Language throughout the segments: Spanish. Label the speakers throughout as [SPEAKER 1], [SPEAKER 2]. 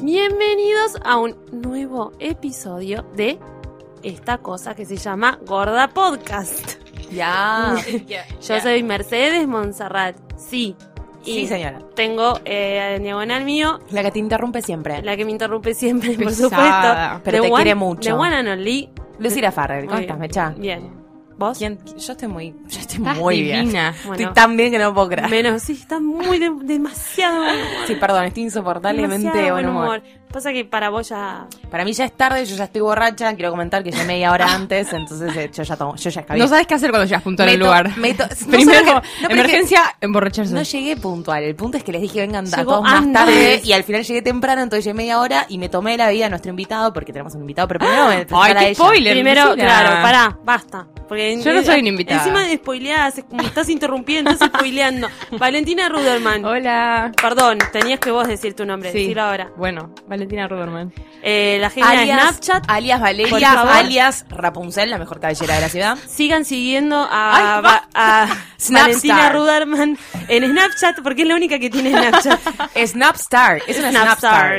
[SPEAKER 1] Bienvenidos a un nuevo episodio de esta cosa que se llama Gorda Podcast.
[SPEAKER 2] Ya.
[SPEAKER 1] Yo soy Mercedes Monserrat, sí. Y
[SPEAKER 2] Sí, señora.
[SPEAKER 1] Tengo eh, en diagonal mío
[SPEAKER 2] La que te interrumpe siempre.
[SPEAKER 1] la que me interrumpe siempre, por
[SPEAKER 2] Pesada,
[SPEAKER 1] supuesto.
[SPEAKER 2] pero
[SPEAKER 1] The
[SPEAKER 2] te
[SPEAKER 1] one-
[SPEAKER 2] quiere mucho.
[SPEAKER 1] The one and only.
[SPEAKER 2] Lucila Farrell,
[SPEAKER 1] Muy
[SPEAKER 2] ¿cómo
[SPEAKER 1] bien.
[SPEAKER 2] estás, Mecha?
[SPEAKER 1] Bien. ¿Vos?
[SPEAKER 2] ¿Quién- Yo estoy muy, yo estoy
[SPEAKER 3] Estás
[SPEAKER 2] muy
[SPEAKER 3] divina.
[SPEAKER 2] bien.
[SPEAKER 1] Bueno.
[SPEAKER 2] Estoy tan bien que no puedo creer.
[SPEAKER 1] Menos, sí, está muy de- demasiado buen humor.
[SPEAKER 2] Sí, perdón, estoy insoportablemente de
[SPEAKER 1] Demasiado
[SPEAKER 2] buen humor.
[SPEAKER 1] Pasa que para vos ya.
[SPEAKER 2] Para mí ya es tarde, yo ya estoy borracha, quiero comentar que ya media hora antes, entonces eh, yo ya tomo, yo ya escabé.
[SPEAKER 3] No sabes qué hacer cuando llegas puntual al
[SPEAKER 2] Me to-
[SPEAKER 3] lugar.
[SPEAKER 2] me to- no
[SPEAKER 3] Primero,
[SPEAKER 2] solo que- no, pero
[SPEAKER 3] emergencia, emborracharse.
[SPEAKER 2] No llegué puntual, el punto es que les dije vengan a
[SPEAKER 1] Llegó
[SPEAKER 2] todos más
[SPEAKER 1] antes.
[SPEAKER 2] tarde y al final llegué temprano, entonces llegué media hora y me tomé la vida a nuestro invitado porque tenemos un invitado, pero primero me
[SPEAKER 3] Ay,
[SPEAKER 2] a
[SPEAKER 3] qué
[SPEAKER 2] ella.
[SPEAKER 3] spoiler.
[SPEAKER 1] Primero,
[SPEAKER 3] Lucila.
[SPEAKER 1] claro, pará, basta. Porque
[SPEAKER 3] Yo no soy una invitada.
[SPEAKER 1] Encima de spoileadas, es como estás interrumpiendo, estás spoileando. Valentina Ruderman.
[SPEAKER 3] Hola.
[SPEAKER 1] Perdón, tenías que vos decir tu nombre,
[SPEAKER 3] Sí.
[SPEAKER 1] decirlo ahora.
[SPEAKER 3] Bueno, Valentina Ruderman.
[SPEAKER 1] Eh, la genia de
[SPEAKER 2] Alias,
[SPEAKER 1] Snapchat.
[SPEAKER 2] alias
[SPEAKER 1] Por
[SPEAKER 2] Valeria,
[SPEAKER 1] favor.
[SPEAKER 2] alias Rapunzel, la mejor cabellera de la ciudad.
[SPEAKER 1] Sigan siguiendo a,
[SPEAKER 2] Ay,
[SPEAKER 1] va- a
[SPEAKER 2] Snapstar.
[SPEAKER 1] Valentina Ruderman en Snapchat, porque es la única que tiene Snapchat.
[SPEAKER 2] Snapstar, es una Snapstar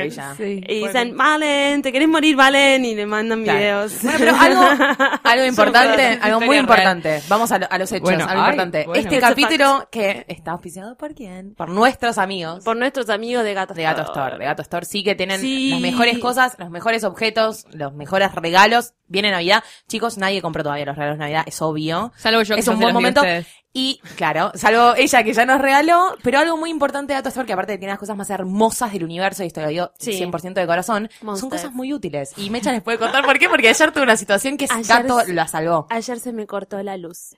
[SPEAKER 1] Snapstar.
[SPEAKER 2] ella.
[SPEAKER 3] Sí.
[SPEAKER 1] Y dicen, Valen, te querés morir, Valen, y le mandan
[SPEAKER 2] Claro.
[SPEAKER 1] videos.
[SPEAKER 2] Bueno, Ah, pero algo, algo importante,
[SPEAKER 3] Solo
[SPEAKER 2] algo muy
[SPEAKER 3] historia
[SPEAKER 2] importante. Vamos a, lo- a los hechos,
[SPEAKER 3] Bueno,
[SPEAKER 2] algo
[SPEAKER 3] ay,
[SPEAKER 2] importante.
[SPEAKER 3] bueno.
[SPEAKER 2] Este
[SPEAKER 1] Hechos,
[SPEAKER 2] capítulo que está auspiciado por quién? Por nuestros amigos.
[SPEAKER 1] Por nuestros amigos de Gato
[SPEAKER 2] de
[SPEAKER 3] Oh.
[SPEAKER 2] Gato Store, de Gato Store sí que tienen
[SPEAKER 1] Sí.
[SPEAKER 2] las mejores cosas, los mejores objetos, los mejores regalos. Viene Navidad. Chicos, nadie compró todavía los regalos de Navidad, es obvio.
[SPEAKER 3] Salvo yo que
[SPEAKER 2] es
[SPEAKER 3] yo
[SPEAKER 2] un
[SPEAKER 3] se
[SPEAKER 2] buen
[SPEAKER 3] los di a
[SPEAKER 2] momento.
[SPEAKER 3] ustedes.
[SPEAKER 2] Y claro, salvo ella que ya nos regaló, pero algo muy importante de Gato Store, que aparte tiene las cosas más hermosas del universo, y esto lo digo
[SPEAKER 1] Sí.
[SPEAKER 2] 100% de corazón,
[SPEAKER 1] Monster.
[SPEAKER 2] son cosas muy útiles. Y Mecha les puede contar por qué, porque ayer tuve una situación que
[SPEAKER 1] Ayer
[SPEAKER 2] Gato
[SPEAKER 1] sí.
[SPEAKER 2] la salvó.
[SPEAKER 1] Ayer se me cortó la luz.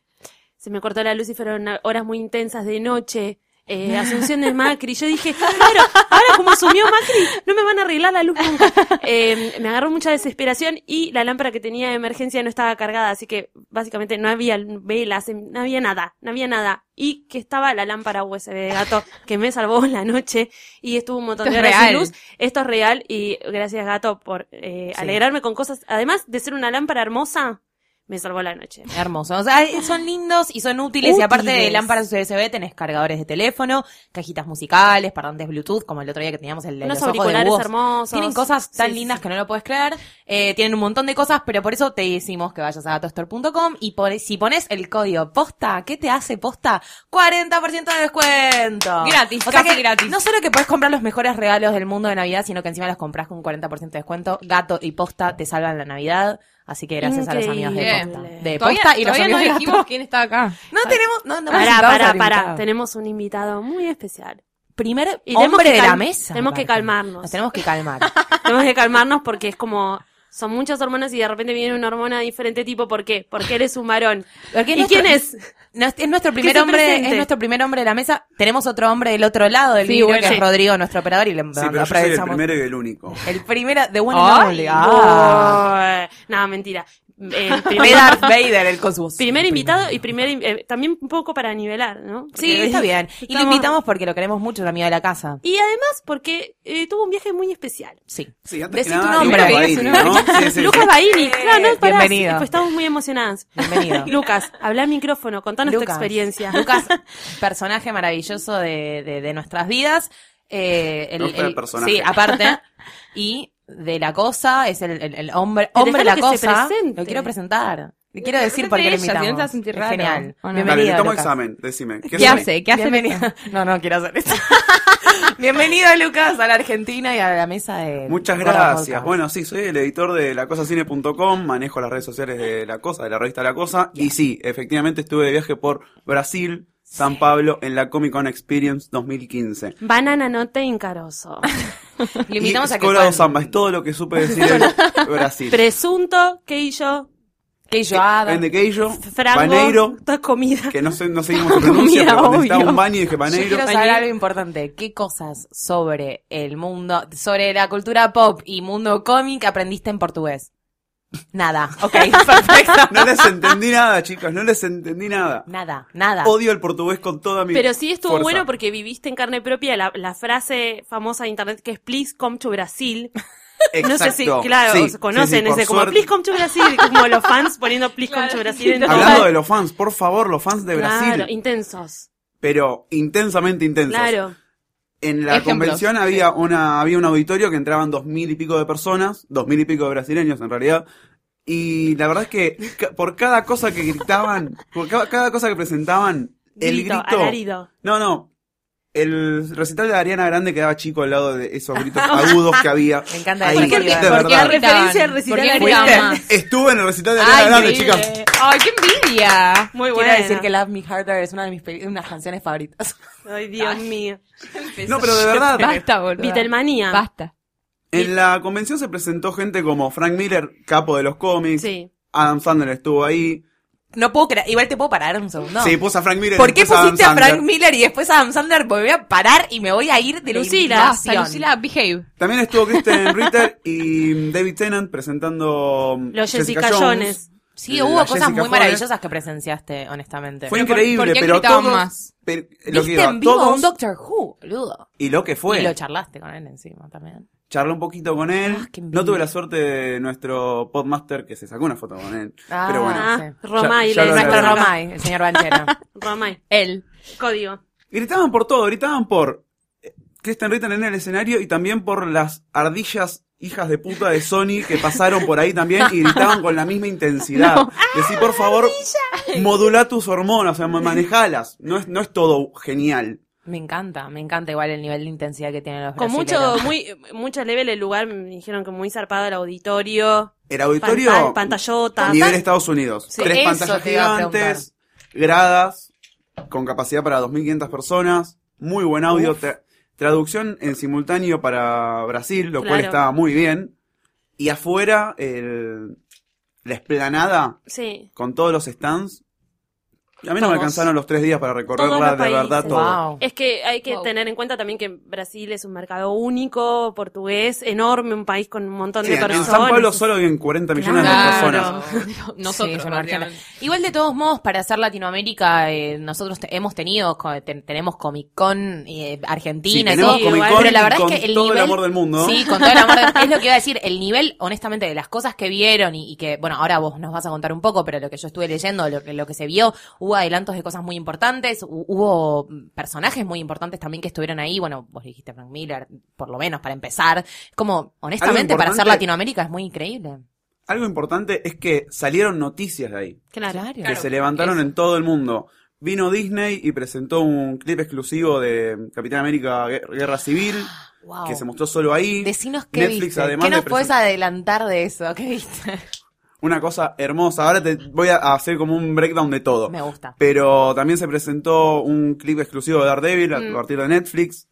[SPEAKER 1] Se me cortó la luz y fueron horas muy intensas de noche. Eh, Asunción de Macri. Yo dije, claro, ahora como asumió Macri, no me van a arreglar la luz nunca. Eh, me agarró mucha desesperación y la lámpara que tenía de emergencia no estaba cargada, así que básicamente no había velas, em, no había nada, no había nada. Y que estaba la lámpara USB de gato que me salvó la noche y estuvo un montón
[SPEAKER 3] Esto
[SPEAKER 1] de
[SPEAKER 3] es
[SPEAKER 1] horas sin
[SPEAKER 3] real.
[SPEAKER 1] luz. Esto es real y gracias gato por eh,
[SPEAKER 2] Sí.
[SPEAKER 1] alegrarme con cosas. Además de ser una lámpara hermosa, me salvó la noche.
[SPEAKER 2] Hermoso. O sea, eh, son lindos y son útiles. Y aparte de
[SPEAKER 1] Útiles.
[SPEAKER 2] lámparas USB, tenés cargadores de teléfono, cajitas musicales, parlantes Bluetooth, como el otro día que teníamos el de
[SPEAKER 1] Unos
[SPEAKER 2] los ojos de
[SPEAKER 1] auriculares
[SPEAKER 2] búhos.
[SPEAKER 1] hermosos.
[SPEAKER 2] Tienen cosas tan
[SPEAKER 1] Sí,
[SPEAKER 2] lindas
[SPEAKER 1] sí.
[SPEAKER 2] que no lo puedes creer. Eh, tienen un montón de cosas, pero por eso te decimos que vayas a gatostore.com y por- si pones el código posta, ¿qué te hace posta? 40% de descuento.
[SPEAKER 3] Gratis,
[SPEAKER 2] o sea
[SPEAKER 3] casi
[SPEAKER 2] que
[SPEAKER 3] gratis.
[SPEAKER 2] No solo que puedes comprar los mejores regalos del mundo de Navidad, sino que encima los compras con un 40% de descuento. Gato y posta te salvan la Navidad. Así que gracias a los amigos de
[SPEAKER 1] Increíble.
[SPEAKER 2] posta. De
[SPEAKER 3] Todavía,
[SPEAKER 2] Eh, posta y los
[SPEAKER 3] todavía
[SPEAKER 2] amigos
[SPEAKER 3] no
[SPEAKER 2] de Gato.
[SPEAKER 3] dijimos quién está acá.
[SPEAKER 2] No tenemos, no, no
[SPEAKER 1] Pará,
[SPEAKER 2] presentamos
[SPEAKER 1] pará,
[SPEAKER 2] al
[SPEAKER 1] pará.
[SPEAKER 2] invitado.
[SPEAKER 1] Tenemos un invitado muy especial.
[SPEAKER 2] Primer
[SPEAKER 1] Y tenemos
[SPEAKER 2] hombre
[SPEAKER 1] que
[SPEAKER 2] de la
[SPEAKER 1] cal-
[SPEAKER 2] mesa.
[SPEAKER 1] tenemos que
[SPEAKER 2] aparte.
[SPEAKER 1] calmarnos.
[SPEAKER 2] Nos tenemos que calmar.
[SPEAKER 1] Tenemos que calmarnos porque es como. Son muchas hormonas y de repente viene una hormona de diferente tipo. ¿Por qué? Porque eres un varón.
[SPEAKER 2] Porque
[SPEAKER 1] ¿Y
[SPEAKER 2] es nuestro-
[SPEAKER 1] quién es?
[SPEAKER 2] Nos- es nuestro primer
[SPEAKER 1] se
[SPEAKER 2] hombre,
[SPEAKER 1] presente.
[SPEAKER 2] es nuestro primer hombre de la mesa. Tenemos otro hombre del otro lado del
[SPEAKER 3] Sí,
[SPEAKER 2] vidrio
[SPEAKER 3] bueno.
[SPEAKER 2] que es
[SPEAKER 3] Sí.
[SPEAKER 2] Rodrigo, nuestro operador, y le
[SPEAKER 4] Sí,
[SPEAKER 2] lo
[SPEAKER 4] pero yo soy el
[SPEAKER 2] atravesamos.
[SPEAKER 4] primero y el único.
[SPEAKER 2] El primero de bueno
[SPEAKER 3] Ay,
[SPEAKER 1] Nada, mentira. Eh,
[SPEAKER 2] Ah. Primer
[SPEAKER 1] primer,
[SPEAKER 2] Darth Vader, el Cosmos.
[SPEAKER 1] primer invitado y primer. eh, también un poco para nivelar, ¿no? Porque
[SPEAKER 2] Sí, está bien. Y lo
[SPEAKER 1] estamos-
[SPEAKER 2] invitamos porque lo queremos mucho, la amiga de la casa.
[SPEAKER 1] Y además porque eh, tuvo un viaje muy especial.
[SPEAKER 2] Sí.
[SPEAKER 4] Sí, antes
[SPEAKER 2] Decí
[SPEAKER 4] que
[SPEAKER 2] tu
[SPEAKER 4] nada,
[SPEAKER 2] nombre.
[SPEAKER 4] Lucas
[SPEAKER 3] Decí tu
[SPEAKER 4] Baini, ¿no? Sí, sí.
[SPEAKER 1] Lucas Baini. No, no, pará,
[SPEAKER 2] Bienvenido.
[SPEAKER 1] sí, pues estamos muy emocionadas.
[SPEAKER 2] Bienvenido.
[SPEAKER 1] Lucas, habla al micrófono, contanos tu
[SPEAKER 2] Lucas.
[SPEAKER 1] experiencia.
[SPEAKER 2] Lucas, personaje maravilloso de, de, de nuestras vidas. Eh, el,
[SPEAKER 4] Me gusta el
[SPEAKER 2] el-
[SPEAKER 4] personaje.
[SPEAKER 2] Sí, aparte. Y de la cosa, es el, el- el hombre, hombre de
[SPEAKER 1] Dejalo
[SPEAKER 2] la
[SPEAKER 1] que se
[SPEAKER 2] cosa.
[SPEAKER 1] presente.
[SPEAKER 2] Lo quiero presentar. Quiero decir por qué lo
[SPEAKER 3] Depende de ella, si no te
[SPEAKER 2] invitamos.
[SPEAKER 3] vas a sentir
[SPEAKER 2] Es
[SPEAKER 3] raro,
[SPEAKER 2] Genial.
[SPEAKER 3] ¿o no?
[SPEAKER 2] Bienvenido,
[SPEAKER 4] Dale, le tomo
[SPEAKER 2] Lucas.
[SPEAKER 4] examen, decime.
[SPEAKER 3] ¿Qué,
[SPEAKER 4] soy?
[SPEAKER 3] hace? ¿Qué hace?
[SPEAKER 2] Bienvenido. No, no quiero hacer eso. Bienvenido, Lucas, a la Argentina y a la mesa de.
[SPEAKER 4] Muchas
[SPEAKER 2] Gorda
[SPEAKER 4] gracias.
[SPEAKER 2] Podcast.
[SPEAKER 4] Bueno, sí, soy el editor de lacosacine.com, manejo las redes sociales de La Cosa, de la revista La Cosa. Y sí, efectivamente estuve de viaje por Brasil, San Pablo, en la Comic Con Experience 2015.
[SPEAKER 1] Banana no te encaroso.
[SPEAKER 2] Le invitamos
[SPEAKER 4] y
[SPEAKER 2] a que.
[SPEAKER 4] Colorado
[SPEAKER 2] jueguen.
[SPEAKER 4] Samba, es todo lo que supe decir de Brasil. Eh,
[SPEAKER 1] Presunto, queso,
[SPEAKER 2] Que yo haga.
[SPEAKER 4] Pendequeiro,
[SPEAKER 1] frango,
[SPEAKER 4] Baneiro,
[SPEAKER 1] toda comida.
[SPEAKER 4] que no, sé, no seguimos su pronuncia,
[SPEAKER 1] Comida,
[SPEAKER 4] pero necesitaba
[SPEAKER 1] obvio.
[SPEAKER 4] un baño y dije
[SPEAKER 2] Yo
[SPEAKER 4] Baneiro.
[SPEAKER 2] quiero saber algo importante. ¿Qué cosas sobre el mundo, sobre la cultura pop y mundo cómic aprendiste en portugués? Nada. Ok, perfecto.
[SPEAKER 4] No les entendí nada, chicos, no les entendí nada.
[SPEAKER 2] Nada, nada.
[SPEAKER 4] Odio el portugués con toda mi
[SPEAKER 1] Pero sí estuvo
[SPEAKER 4] fuerza.
[SPEAKER 1] bueno porque viviste en carne propia la, la frase famosa de internet que es Please come to Brasil. No sé si,
[SPEAKER 4] Exacto.
[SPEAKER 1] claro,
[SPEAKER 4] Sí,
[SPEAKER 1] se conocen
[SPEAKER 4] sí, sí, por
[SPEAKER 1] ese como
[SPEAKER 4] suerte.
[SPEAKER 1] Please come to Brasil, como los fans poniendo Please come
[SPEAKER 3] Claro,
[SPEAKER 1] to Brasil. en todo.
[SPEAKER 4] Hablando de los fans, por favor, los fans de Brasil,
[SPEAKER 1] Claro, intensos.
[SPEAKER 4] pero intensamente intensos.
[SPEAKER 1] Claro.
[SPEAKER 4] En la
[SPEAKER 3] Ejemplos,
[SPEAKER 4] convención había una había un auditorio que entraban dos mil y pico de personas, dos mil y pico de brasileños en realidad. Y la verdad es que ca- por cada cosa que gritaban, por ca- cada, cosa que presentaban, el
[SPEAKER 1] Grito,
[SPEAKER 4] grito.
[SPEAKER 1] alarido.
[SPEAKER 4] No, no. El recital de Ariana Grande quedaba chico al lado de esos gritos agudos que había.
[SPEAKER 2] Me encanta
[SPEAKER 4] Ahí,
[SPEAKER 2] eso,
[SPEAKER 4] de
[SPEAKER 2] Oliver.
[SPEAKER 3] ¿Por qué
[SPEAKER 4] verdad.
[SPEAKER 3] referencia al
[SPEAKER 2] ¿Por
[SPEAKER 3] recital
[SPEAKER 2] qué
[SPEAKER 3] de
[SPEAKER 2] fuiste?
[SPEAKER 3] Ariana?
[SPEAKER 4] Estuve en el recital de Ariana Grande, chicas.
[SPEAKER 3] increíble. Eh, ¡Ay, qué envidia!
[SPEAKER 1] Muy
[SPEAKER 2] Quiero
[SPEAKER 1] bueno.
[SPEAKER 2] decir que Love Me Harder es una de mis peli- unas canciones favoritas.
[SPEAKER 1] Ay, Dios mío.
[SPEAKER 4] No, pero de verdad.
[SPEAKER 3] Basta, boludo.
[SPEAKER 1] Beatlemanía.
[SPEAKER 3] Basta.
[SPEAKER 4] En la convención se presentó gente como Frank Miller, capo de los cómics.
[SPEAKER 1] Sí.
[SPEAKER 4] Adam Sandler estuvo ahí.
[SPEAKER 2] No puedo creer. Igual te puedo parar un segundo.
[SPEAKER 4] Sí, puso a Frank Miller. y
[SPEAKER 2] ¿Por qué
[SPEAKER 4] después Adam
[SPEAKER 2] pusiste a Frank
[SPEAKER 4] Sandler.
[SPEAKER 2] Miller y después a Adam Sandler? Porque voy a parar y me voy a ir de la
[SPEAKER 1] Lucila,
[SPEAKER 3] Basta,
[SPEAKER 2] indignación.
[SPEAKER 3] Lucila, behave.
[SPEAKER 4] También estuvo Kristen Ritter y David Tennant presentando um,
[SPEAKER 1] Los Jessica, Jones.
[SPEAKER 2] Sí,
[SPEAKER 4] eh,
[SPEAKER 2] hubo
[SPEAKER 4] la
[SPEAKER 2] cosas
[SPEAKER 4] Jessica
[SPEAKER 2] muy
[SPEAKER 4] Jones.
[SPEAKER 2] maravillosas que presenciaste, honestamente.
[SPEAKER 4] Fue
[SPEAKER 3] Pero ¿por-
[SPEAKER 4] increíble,
[SPEAKER 3] por qué
[SPEAKER 4] pero
[SPEAKER 3] gritaban
[SPEAKER 4] todos,
[SPEAKER 3] más?
[SPEAKER 4] pero- lo que
[SPEAKER 2] Viste
[SPEAKER 4] iba,
[SPEAKER 2] en vivo a
[SPEAKER 4] todos-
[SPEAKER 2] un Doctor Who, boludo.
[SPEAKER 4] y lo que fue.
[SPEAKER 2] Y lo charlaste con él encima también.
[SPEAKER 4] Charlé un poquito con él.
[SPEAKER 2] Ah, qué envidia.
[SPEAKER 4] no tuve la suerte de nuestro podmaster que se sacó una foto con él.
[SPEAKER 2] Ah.
[SPEAKER 4] pero bueno.
[SPEAKER 2] Ah,
[SPEAKER 1] Ah,
[SPEAKER 2] sí.
[SPEAKER 1] Romay.
[SPEAKER 4] Ya- ya
[SPEAKER 1] le
[SPEAKER 4] lo
[SPEAKER 1] decimos
[SPEAKER 2] Nuestro
[SPEAKER 4] Claro.
[SPEAKER 1] acá.
[SPEAKER 2] Romay, el señor Banchera.
[SPEAKER 1] Romay.
[SPEAKER 3] Él.
[SPEAKER 1] Código.
[SPEAKER 4] Gritaban por todo, gritaban por eh, Kristen Ritter en el escenario y también por las ardillas hijas de puta de Sony que pasaron por ahí también y gritaban con la misma intensidad. Decí,
[SPEAKER 2] Ah,
[SPEAKER 4] por favor, modulá tus hormonas, o sea, ma- manejalas. No es, no es todo genial.
[SPEAKER 2] me encanta, me encanta igual el nivel de intensidad que tienen los
[SPEAKER 1] Con mucho,
[SPEAKER 2] brasileros.
[SPEAKER 1] muy, mucho level el lugar, me dijeron que muy zarpado el auditorio.
[SPEAKER 4] El auditorio,
[SPEAKER 1] Pantal- pantallota.
[SPEAKER 4] nivel Estados Unidos.
[SPEAKER 2] Sí,
[SPEAKER 4] Tres
[SPEAKER 2] eso
[SPEAKER 4] pantallas
[SPEAKER 2] te iba a
[SPEAKER 4] gigantes, gradas, con capacidad para 2.500 personas, muy buen audio, tra- traducción en simultáneo para Brasil, lo cual
[SPEAKER 1] Claro.
[SPEAKER 4] estaba muy bien. Y afuera, el- la esplanada
[SPEAKER 1] Sí.
[SPEAKER 4] con todos los stands. Y A mí no
[SPEAKER 1] Todos.
[SPEAKER 4] me alcanzaron los tres días para
[SPEAKER 1] Todos
[SPEAKER 4] recorrerla,
[SPEAKER 1] los
[SPEAKER 4] de verdad,
[SPEAKER 1] países.
[SPEAKER 4] todo.
[SPEAKER 2] Wow.
[SPEAKER 1] Es que hay que
[SPEAKER 3] Wow.
[SPEAKER 1] tener en cuenta también que Brasil es un mercado único, portugués, enorme, un país con un montón
[SPEAKER 4] Sí,
[SPEAKER 1] de
[SPEAKER 4] en
[SPEAKER 1] personas.
[SPEAKER 4] San Pablo solo viven 40 millones
[SPEAKER 1] Claro.
[SPEAKER 4] de personas.
[SPEAKER 2] Sí,
[SPEAKER 3] Nosotros,
[SPEAKER 2] son
[SPEAKER 3] prácticamente.
[SPEAKER 2] argentinos. Igual de todos modos, para hacer Latinoamérica, eh, nosotros te- hemos tenido, co- te- tenemos Comic Con eh,
[SPEAKER 4] Sí,
[SPEAKER 2] Argentina, y todo,
[SPEAKER 4] tenemos
[SPEAKER 1] sí,
[SPEAKER 4] Comic
[SPEAKER 1] igual,
[SPEAKER 4] Con
[SPEAKER 2] pero la
[SPEAKER 4] y
[SPEAKER 2] verdad
[SPEAKER 4] con
[SPEAKER 2] es que el
[SPEAKER 4] todo
[SPEAKER 2] nivel,
[SPEAKER 4] el amor del mundo.
[SPEAKER 2] Sí, con todo el amor del- Es lo que iba a decir, el nivel, honestamente, de las cosas que vieron y, y que, bueno, ahora vos nos vas a contar un poco, pero lo que yo estuve leyendo, lo que, lo que se vio, hubo adelantos de cosas muy importantes, hu- hubo personajes muy importantes también que estuvieron ahí, bueno, vos dijiste Frank Miller, por lo menos, para empezar. Como, honestamente, para hacer
[SPEAKER 4] importante-
[SPEAKER 2] Latinoamérica es muy increíble.
[SPEAKER 4] Algo importante es que salieron noticias de ahí.
[SPEAKER 1] Claro.
[SPEAKER 4] que se levantaron en todo el mundo. Vino Disney y presentó un clip exclusivo de Capitán América Guer- Guerra Civil,
[SPEAKER 2] Wow.
[SPEAKER 4] que se mostró solo ahí.
[SPEAKER 2] Decinos qué
[SPEAKER 4] Netflix,
[SPEAKER 2] viste.
[SPEAKER 4] además,
[SPEAKER 2] ¿Qué nos
[SPEAKER 4] le
[SPEAKER 2] puedes
[SPEAKER 4] presenta-
[SPEAKER 2] adelantar de eso? ¿Qué viste?
[SPEAKER 4] Una cosa hermosa. Ahora te voy a hacer como un breakdown de todo.
[SPEAKER 2] Me gusta.
[SPEAKER 4] Pero también se presentó un clip exclusivo de Daredevil
[SPEAKER 2] Mm.
[SPEAKER 4] a partir de Netflix.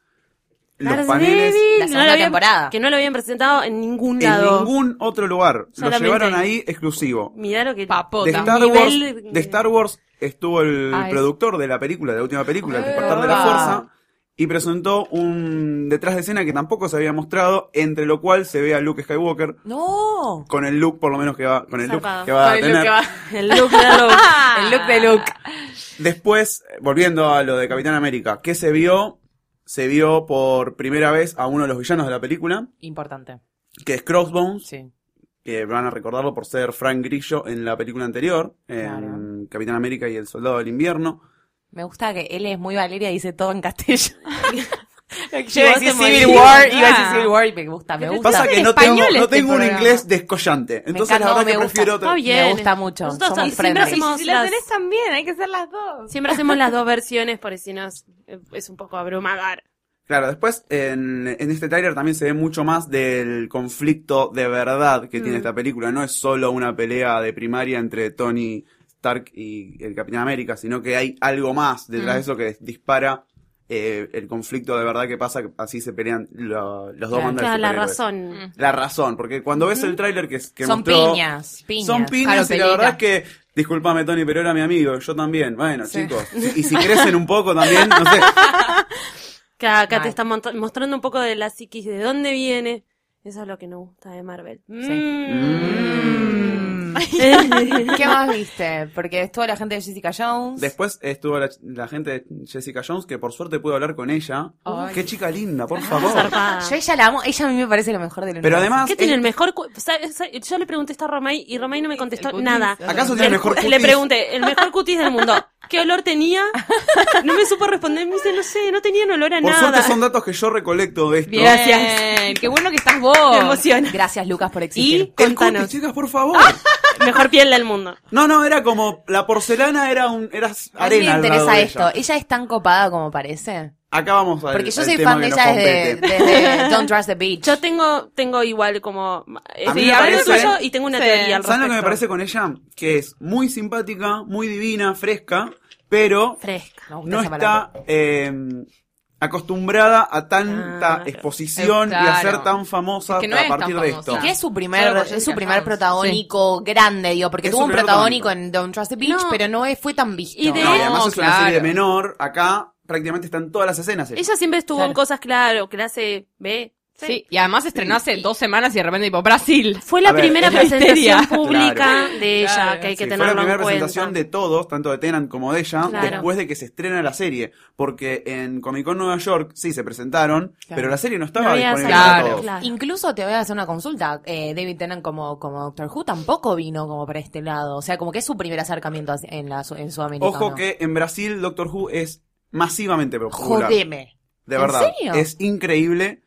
[SPEAKER 4] Los
[SPEAKER 1] Daredevil,
[SPEAKER 4] paneles
[SPEAKER 2] La
[SPEAKER 1] no
[SPEAKER 2] segunda
[SPEAKER 1] lo habían-
[SPEAKER 2] temporada.
[SPEAKER 1] Que no lo habían presentado en ningún
[SPEAKER 4] en
[SPEAKER 1] lado.
[SPEAKER 4] ningún otro lugar. Lo
[SPEAKER 1] Solamente
[SPEAKER 4] llevaron
[SPEAKER 1] ahí.
[SPEAKER 4] ahí exclusivo.
[SPEAKER 1] Mirá lo que.
[SPEAKER 4] De
[SPEAKER 3] Papota.
[SPEAKER 4] Star, Wars,
[SPEAKER 1] Nivel-
[SPEAKER 4] de Star Wars estuvo el
[SPEAKER 3] Ah, es-
[SPEAKER 4] productor de la película, de la última película, El Despertar de la
[SPEAKER 2] Epa.
[SPEAKER 4] Fuerza, y presentó un detrás de escena que tampoco se había mostrado, entre lo cual se ve a Luke Skywalker
[SPEAKER 2] No.
[SPEAKER 4] con el look por lo menos que va, con el look
[SPEAKER 1] Zarpado.
[SPEAKER 4] que va a
[SPEAKER 3] Ay, lo
[SPEAKER 4] tener.
[SPEAKER 3] que va-
[SPEAKER 1] El look de Luke.
[SPEAKER 2] El look de Luke.
[SPEAKER 4] Después, volviendo a lo de Capitán América, ¿qué se vio? Se vio por primera vez a uno de los villanos de la película,
[SPEAKER 2] Importante.
[SPEAKER 4] que es Crossbones,
[SPEAKER 2] Sí.
[SPEAKER 4] que van a recordarlo por ser Frank Grillo en la película anterior, en
[SPEAKER 2] Claro.
[SPEAKER 4] Capitán América y el Soldado del Invierno.
[SPEAKER 2] Me gusta que él es muy Valeria y dice todo en castellano. Yo iba a decir
[SPEAKER 1] Vos te
[SPEAKER 2] Civil
[SPEAKER 1] morís.
[SPEAKER 2] War, iba a
[SPEAKER 3] Ah.
[SPEAKER 2] decir Civil War y me gusta, me gusta.
[SPEAKER 4] Pasa que no
[SPEAKER 3] español
[SPEAKER 4] tengo, no
[SPEAKER 3] este
[SPEAKER 4] tengo un
[SPEAKER 3] programa.
[SPEAKER 4] inglés descollante. Entonces
[SPEAKER 2] encanta,
[SPEAKER 4] la verdad
[SPEAKER 2] me
[SPEAKER 4] que
[SPEAKER 2] gusta.
[SPEAKER 4] prefiero otro.
[SPEAKER 1] Está bien.
[SPEAKER 2] Me gusta mucho,
[SPEAKER 1] Nosotros
[SPEAKER 2] somos
[SPEAKER 1] y siempre
[SPEAKER 2] friendly.
[SPEAKER 1] hacemos
[SPEAKER 3] si la
[SPEAKER 1] las,
[SPEAKER 3] tenés también, hay que ser las dos.
[SPEAKER 1] siempre hacemos las dos versiones porque si no es, es un poco abrumador.
[SPEAKER 4] Claro, después en, en este tráiler también se ve mucho más del conflicto de verdad que tiene esta película. No es solo una pelea de primaria entre Tony Stark y el Capitán América, sino que hay algo más detrás de eso que dispara eh, el conflicto de verdad que pasa, que así se pelean lo- los dos
[SPEAKER 2] Claro.
[SPEAKER 4] bandas.
[SPEAKER 1] Claro,
[SPEAKER 4] de
[SPEAKER 1] la
[SPEAKER 4] superhéroes.
[SPEAKER 1] razón.
[SPEAKER 4] La razón, porque cuando ves el tráiler que, que
[SPEAKER 2] Son
[SPEAKER 4] mostró-
[SPEAKER 2] piñas, piñas.
[SPEAKER 4] Son piñas y la
[SPEAKER 3] Carotellita.
[SPEAKER 4] verdad es que, discúlpame Tony, pero era mi amigo, yo también. Bueno, chicos, y si crecen un poco también, no sé,
[SPEAKER 1] Que acá te
[SPEAKER 2] Mal.
[SPEAKER 1] está monta- mostrando un poco de la psiquis, de dónde viene. Eso es lo que nos gusta de Marvel.
[SPEAKER 4] Mm.
[SPEAKER 1] Mm.
[SPEAKER 2] ¿Qué más viste? Porque estuvo la gente de Jessica Jones.
[SPEAKER 4] Después estuvo la, la gente de Jessica Jones, que por suerte pude hablar con ella.
[SPEAKER 2] Ay. Ah,
[SPEAKER 4] Qué chica linda, por favor.
[SPEAKER 1] Zarpada.
[SPEAKER 2] Yo ella la amo, ella a mí me parece lo mejor del universo.
[SPEAKER 4] Pero además,
[SPEAKER 1] ¿Qué tiene
[SPEAKER 4] eh,
[SPEAKER 1] el mejor cu- sabe- sabe- Yo le pregunté esto a Romay y Romay no me contestó
[SPEAKER 3] El cutis.
[SPEAKER 1] nada.
[SPEAKER 4] ¿acaso tiene el
[SPEAKER 1] El
[SPEAKER 4] mejor
[SPEAKER 1] cu-
[SPEAKER 4] cutis?
[SPEAKER 1] Le pregunté, el mejor cutis del mundo. ¿Qué olor tenía? No me supo responder. Me dice, no sé, no tenía un olor a
[SPEAKER 4] Por
[SPEAKER 1] nada.
[SPEAKER 4] suerte son datos que yo recolecto de esto.
[SPEAKER 3] Bien,
[SPEAKER 1] Gracias.
[SPEAKER 3] Qué bueno que estás
[SPEAKER 1] Me
[SPEAKER 3] vos.
[SPEAKER 1] emociona.
[SPEAKER 2] Gracias, Lucas, por existir.
[SPEAKER 4] El
[SPEAKER 1] Contanos.
[SPEAKER 4] cutis, chicas, por favor.
[SPEAKER 1] Mejor piel del mundo.
[SPEAKER 4] No, no, era como la porcelana era un era
[SPEAKER 2] A mí me
[SPEAKER 4] arena. al lado
[SPEAKER 2] interesa
[SPEAKER 4] de
[SPEAKER 2] esto.
[SPEAKER 4] ella.
[SPEAKER 2] Ella es tan copada como parece.
[SPEAKER 4] Acá vamos a
[SPEAKER 2] Porque yo soy fan de ella desde, desde Don't Trust the Beach.
[SPEAKER 1] Yo tengo, tengo igual como.
[SPEAKER 4] A mí
[SPEAKER 1] eh,
[SPEAKER 4] me
[SPEAKER 1] hablo
[SPEAKER 4] parece-
[SPEAKER 1] suyo y tengo una
[SPEAKER 3] Sí.
[SPEAKER 1] teoría al
[SPEAKER 4] ¿Saben lo que me
[SPEAKER 1] respecto.
[SPEAKER 4] parece con ella? Que es muy simpática, muy divina, fresca, pero
[SPEAKER 1] Fresca.
[SPEAKER 2] Me gusta
[SPEAKER 4] no
[SPEAKER 2] esa
[SPEAKER 4] está
[SPEAKER 2] palabra.
[SPEAKER 4] eh, acostumbrada a tanta
[SPEAKER 1] Claro.
[SPEAKER 4] exposición
[SPEAKER 3] Eh,
[SPEAKER 4] y a ser
[SPEAKER 3] claro.
[SPEAKER 4] tan famosa
[SPEAKER 3] Es que no
[SPEAKER 4] a
[SPEAKER 3] es tan
[SPEAKER 4] partir de
[SPEAKER 3] famosa.
[SPEAKER 4] esto.
[SPEAKER 2] Que es su
[SPEAKER 3] Solo
[SPEAKER 2] primer,
[SPEAKER 3] por
[SPEAKER 2] es
[SPEAKER 3] Jessica
[SPEAKER 2] su primer
[SPEAKER 3] Jones.
[SPEAKER 2] protagónico grande, digo, porque
[SPEAKER 4] Es
[SPEAKER 2] tuvo
[SPEAKER 4] su
[SPEAKER 2] un
[SPEAKER 4] primer
[SPEAKER 2] protagónico
[SPEAKER 4] protagónico.
[SPEAKER 2] en Don't Trust the Beach,
[SPEAKER 1] No.
[SPEAKER 2] pero no es- fue tan visto.
[SPEAKER 1] Y de-
[SPEAKER 4] No, y además es una serie
[SPEAKER 3] claro.
[SPEAKER 4] menor. Acá prácticamente están todas las escenas. hechas.
[SPEAKER 1] Ella siempre estuvo en
[SPEAKER 2] Claro.
[SPEAKER 1] cosas, claro, clase B. C.
[SPEAKER 3] Sí, y además estrenó hace dos semanas y de repente tipo Brasil.
[SPEAKER 1] Fue la
[SPEAKER 4] A ver,
[SPEAKER 1] primera
[SPEAKER 4] es la
[SPEAKER 1] presentación
[SPEAKER 3] histeria.
[SPEAKER 1] pública
[SPEAKER 4] Claro.
[SPEAKER 1] de ella,
[SPEAKER 3] Claro.
[SPEAKER 1] que hay que
[SPEAKER 4] Sí, fue
[SPEAKER 1] tenerlo
[SPEAKER 4] la primera
[SPEAKER 1] en cuenta.
[SPEAKER 4] presentación de todos, tanto de Tennant como de ella,
[SPEAKER 1] Claro.
[SPEAKER 4] después de que se estrena la serie. Porque en Comic Con Nueva York sí se presentaron, pero la serie no
[SPEAKER 1] No
[SPEAKER 4] estaba
[SPEAKER 1] había
[SPEAKER 4] disponible
[SPEAKER 1] salido,
[SPEAKER 4] para
[SPEAKER 3] Claro.
[SPEAKER 4] todos.
[SPEAKER 1] claro.
[SPEAKER 2] Incluso te voy a hacer una consulta. Eh, David Tennant como, como Doctor Who tampoco vino como para este lado. O sea, como que es su primer acercamiento hacia- en, la, su- en Sudamericano.
[SPEAKER 4] Ojo que en Brasil Doctor Who es masivamente popular.
[SPEAKER 2] Jodeme.
[SPEAKER 4] De
[SPEAKER 2] ¿En
[SPEAKER 4] verdad.
[SPEAKER 2] serio?
[SPEAKER 4] Es increíble.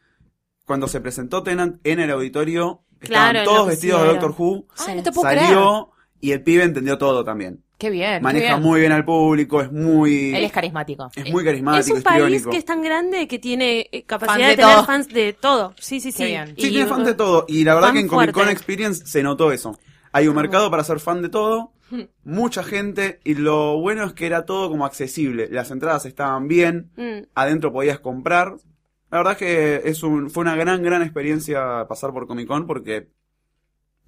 [SPEAKER 4] Cuando se presentó Tennant en el auditorio,
[SPEAKER 1] Claro,
[SPEAKER 4] estaban todos
[SPEAKER 1] enloquecieron.
[SPEAKER 4] vestidos de Doctor Who.
[SPEAKER 2] Ay, Ah, no te puedo creer.
[SPEAKER 4] Salió y el pibe entendió todo también.
[SPEAKER 2] Qué bien.
[SPEAKER 4] Maneja
[SPEAKER 2] qué bien.
[SPEAKER 4] muy bien al público, es muy...
[SPEAKER 2] Él es carismático. Eh,
[SPEAKER 4] Es muy carismático,
[SPEAKER 1] Es un
[SPEAKER 4] es
[SPEAKER 1] país
[SPEAKER 4] pirónico.
[SPEAKER 1] que es tan grande que tiene eh, capacidad
[SPEAKER 2] Fans
[SPEAKER 1] de,
[SPEAKER 2] de
[SPEAKER 1] tener
[SPEAKER 2] todo.
[SPEAKER 1] fans de todo. Sí, sí, sí.
[SPEAKER 2] Qué bien.
[SPEAKER 4] Sí,
[SPEAKER 1] Y-
[SPEAKER 4] tiene fans de todo. Y la verdad
[SPEAKER 1] Fan
[SPEAKER 4] que en Comic Con
[SPEAKER 1] fuerte.
[SPEAKER 4] Experience se notó eso. Hay un mercado para ser fan de todo, mucha gente, y lo bueno es que era todo como accesible. Las entradas estaban bien,
[SPEAKER 1] Mm.
[SPEAKER 4] adentro podías comprar. La verdad es que es un, fue una gran, gran experiencia pasar por Comic Con porque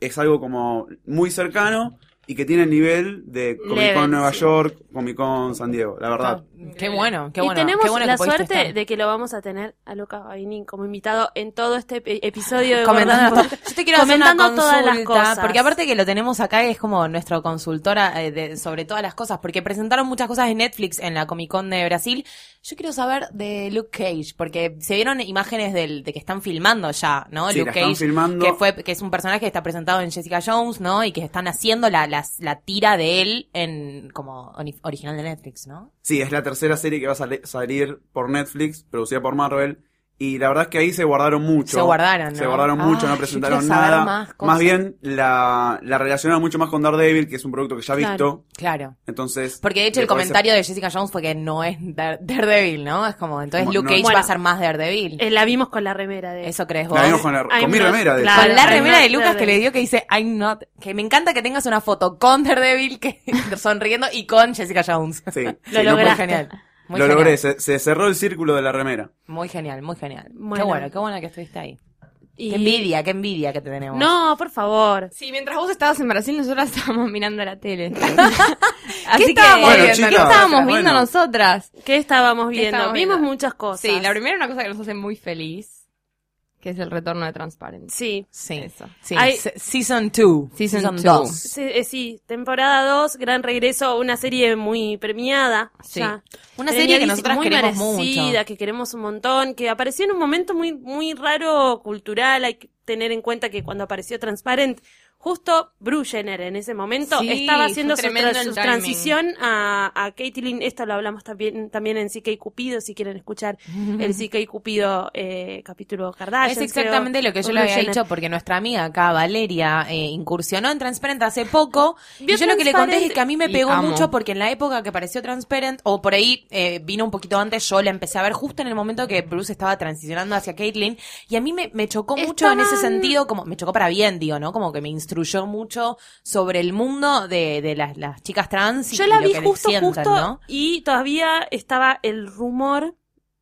[SPEAKER 4] es algo como muy cercano y que tiene el nivel de Comic
[SPEAKER 1] Level,
[SPEAKER 4] Con Nueva
[SPEAKER 1] sí.
[SPEAKER 4] York, Comic Con San Diego, la verdad.
[SPEAKER 2] Qué bueno, qué
[SPEAKER 1] y
[SPEAKER 2] bueno.
[SPEAKER 1] tenemos
[SPEAKER 2] qué bueno
[SPEAKER 1] la
[SPEAKER 2] que pudiste
[SPEAKER 1] suerte
[SPEAKER 2] estar.
[SPEAKER 1] de que lo vamos a tener a Luca Bainin como invitado en todo este ep- episodio de
[SPEAKER 2] comentando
[SPEAKER 1] Gordas
[SPEAKER 2] todo. Eh, Yo te quiero hacer una
[SPEAKER 1] Comentando todas las
[SPEAKER 2] consulta,
[SPEAKER 1] cosas.
[SPEAKER 2] porque aparte que lo tenemos acá es como nuestro consultora eh, de- sobre todas las cosas, porque presentaron muchas cosas en Netflix en la Comic Con de Brasil. Yo quiero saber de Luke Cage, porque se vieron imágenes del, de que están filmando ya, ¿no?
[SPEAKER 4] Sí, la
[SPEAKER 2] Luke
[SPEAKER 4] están
[SPEAKER 2] Cage,
[SPEAKER 4] filmando.
[SPEAKER 2] que fue que es un personaje que está presentado en Jessica Jones, ¿no? Y que están haciendo la, la, la tira de él en como ori- original de Netflix, ¿no?
[SPEAKER 4] Sí, es la tercera serie que va a sali- salir por Netflix, producida por Marvel. Y la verdad es que ahí se guardaron mucho.
[SPEAKER 2] Se guardaron, ¿no?
[SPEAKER 4] Se guardaron
[SPEAKER 2] Ah,
[SPEAKER 4] mucho, no
[SPEAKER 2] yo
[SPEAKER 4] presentaron
[SPEAKER 2] quiero saber
[SPEAKER 4] nada.
[SPEAKER 2] más
[SPEAKER 4] Más,
[SPEAKER 2] cosas.
[SPEAKER 4] bien la, la relacionaron mucho más con Daredevil, que es un producto que ya ha visto.
[SPEAKER 1] Claro.
[SPEAKER 2] Claro.
[SPEAKER 4] Entonces.
[SPEAKER 2] Porque de hecho
[SPEAKER 4] le
[SPEAKER 2] el
[SPEAKER 4] podés-
[SPEAKER 2] comentario de Jessica Jones fue que no es Dare- Daredevil, ¿no? Es como, entonces
[SPEAKER 4] Bueno,
[SPEAKER 2] Luke
[SPEAKER 4] no.
[SPEAKER 2] Cage
[SPEAKER 1] Bueno.
[SPEAKER 2] va a ser más Daredevil.
[SPEAKER 1] Eh, la vimos con la remera de
[SPEAKER 2] Eso crees vos.
[SPEAKER 4] La vimos con, la-
[SPEAKER 1] I'm
[SPEAKER 4] con mi
[SPEAKER 1] not-
[SPEAKER 4] remera, de hecho.
[SPEAKER 1] claro.
[SPEAKER 2] Con la
[SPEAKER 1] I'm
[SPEAKER 2] remera
[SPEAKER 1] not
[SPEAKER 2] de Lucas que
[SPEAKER 1] Daredevil.
[SPEAKER 2] le dio que dice I'm not, que me encanta que tengas una foto con Daredevil que sonriendo y con Jessica Jones.
[SPEAKER 4] Sí, sí,
[SPEAKER 1] Lo
[SPEAKER 4] no,
[SPEAKER 1] lograste.
[SPEAKER 2] Muy
[SPEAKER 4] pues,
[SPEAKER 2] genial. Muy
[SPEAKER 4] lo
[SPEAKER 2] genial.
[SPEAKER 4] logré, se, se cerró el círculo de la remera.
[SPEAKER 2] Muy genial, muy genial.
[SPEAKER 1] Bueno.
[SPEAKER 2] Qué bueno, qué bueno que estuviste ahí.
[SPEAKER 1] Y-
[SPEAKER 2] Qué envidia, qué envidia que te tenemos.
[SPEAKER 1] No, por favor.
[SPEAKER 3] Sí, mientras vos estabas en Brasil, nosotras estábamos mirando la tele.
[SPEAKER 2] ¿Qué
[SPEAKER 3] Así que, eh,
[SPEAKER 2] estábamos
[SPEAKER 4] Bueno,
[SPEAKER 3] ¿qué
[SPEAKER 4] chicas,
[SPEAKER 3] estábamos viendo
[SPEAKER 4] bueno.
[SPEAKER 3] nosotras?
[SPEAKER 1] ¿Qué estábamos viendo?
[SPEAKER 3] estábamos
[SPEAKER 1] Vimos
[SPEAKER 3] viendo?
[SPEAKER 1] muchas cosas.
[SPEAKER 3] Sí, la primera es una cosa que nos hace muy feliz, que es el retorno de Transparency.
[SPEAKER 1] Sí.
[SPEAKER 2] Sí.
[SPEAKER 3] Eso.
[SPEAKER 2] sí.
[SPEAKER 1] Hay-
[SPEAKER 2] Se- Season 2.
[SPEAKER 3] Season
[SPEAKER 2] Season
[SPEAKER 3] two.
[SPEAKER 2] 2.
[SPEAKER 1] Sí, eh, sí, temporada 2, gran regreso, una serie muy premiada.
[SPEAKER 3] Sí.
[SPEAKER 1] ya.
[SPEAKER 2] Una serie que
[SPEAKER 1] Premiadísima,
[SPEAKER 2] nosotras
[SPEAKER 1] muy
[SPEAKER 2] queremos
[SPEAKER 1] merecida,
[SPEAKER 2] mucho.
[SPEAKER 1] que queremos un montón, que apareció en un momento muy muy raro cultural, hay que tener en cuenta que cuando apareció Transparent Justo Bruce Jenner en ese momento
[SPEAKER 3] Sí,
[SPEAKER 1] estaba
[SPEAKER 3] fue
[SPEAKER 1] haciendo su,
[SPEAKER 3] tremendo
[SPEAKER 1] tra-
[SPEAKER 3] el
[SPEAKER 1] su
[SPEAKER 3] timing.
[SPEAKER 1] transición a, a Caitlyn. Esto lo hablamos también, también en CK Cupido, si quieren escuchar el CK Cupido eh, capítulo Kardashian.
[SPEAKER 2] Es exactamente
[SPEAKER 1] creo,
[SPEAKER 2] lo que yo
[SPEAKER 1] o
[SPEAKER 2] le había
[SPEAKER 1] Bruce Jenner.
[SPEAKER 2] dicho porque nuestra amiga acá, Valeria, eh, incursionó en Transparent hace poco.
[SPEAKER 1] Vio
[SPEAKER 2] y yo lo que le conté es
[SPEAKER 1] Transparent
[SPEAKER 2] que a mí me
[SPEAKER 3] y
[SPEAKER 2] pegó
[SPEAKER 3] amo.
[SPEAKER 2] mucho porque en la época que apareció Transparent, o por ahí eh, vino un poquito antes, yo la empecé a ver justo en el momento que Bruce estaba transicionando hacia Caitlyn. Y a mí me, me chocó mucho en ese
[SPEAKER 3] Estaban-
[SPEAKER 2] sentido, como me chocó para bien, digo, ¿no? Como que me instruyó mucho sobre el mundo de, de las, las chicas trans y,
[SPEAKER 1] Yo la
[SPEAKER 2] y lo
[SPEAKER 1] vi
[SPEAKER 2] que les
[SPEAKER 1] justo,
[SPEAKER 2] sientan,
[SPEAKER 1] justo,
[SPEAKER 2] ¿no?
[SPEAKER 1] y todavía estaba el rumor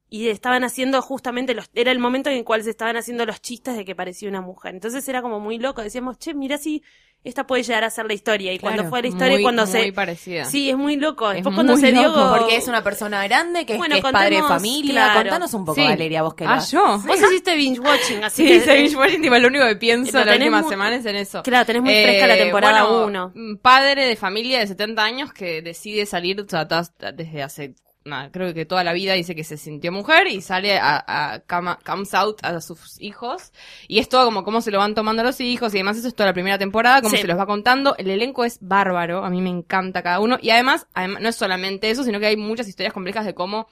[SPEAKER 1] y estaban haciendo justamente los, era el momento en el cual se estaban haciendo los chistes de que parecía una mujer. Entonces era como muy loco. Decíamos, che, mira si esta puede llegar a ser la historia. Y cuando
[SPEAKER 2] Claro,
[SPEAKER 1] fue la historia, y
[SPEAKER 3] Muy-
[SPEAKER 1] cuando
[SPEAKER 3] Muy
[SPEAKER 1] se,
[SPEAKER 3] parecida.
[SPEAKER 1] sí, es muy loco.
[SPEAKER 3] Es
[SPEAKER 1] Después cuando
[SPEAKER 3] muy
[SPEAKER 1] se dio,
[SPEAKER 3] loco,
[SPEAKER 2] Porque es una persona grande que, es-
[SPEAKER 1] Bueno,
[SPEAKER 2] que es padre de
[SPEAKER 1] contemos,
[SPEAKER 2] familia.
[SPEAKER 1] claro.
[SPEAKER 2] Contanos un poco,
[SPEAKER 3] Sí.
[SPEAKER 2] Valeria, vos que lo
[SPEAKER 3] Ah,
[SPEAKER 2] haces.
[SPEAKER 3] yo.
[SPEAKER 1] vos hiciste binge watching, así
[SPEAKER 3] Sí,
[SPEAKER 1] que eh,
[SPEAKER 3] se binge watching, tipo, lo único que pienso
[SPEAKER 1] Lo
[SPEAKER 3] las
[SPEAKER 1] tenés
[SPEAKER 3] últimas
[SPEAKER 1] mu-
[SPEAKER 3] semanas en eso.
[SPEAKER 1] Claro, tenés muy fresca la temporada uno.
[SPEAKER 3] mm, Padre de familia de 70 años que decide salir o sea, tas- desde hace, nada, creo que toda la vida dice que se sintió mujer y sale a, a come- comes out a sus hijos. Y es todo como cómo se lo van tomando los hijos y demás. Eso es toda la primera temporada, cómo
[SPEAKER 1] Sí.
[SPEAKER 3] se los va contando. El elenco es bárbaro, a mí me encanta cada uno. Y además, adem- no es solamente eso, sino que hay muchas historias complejas de cómo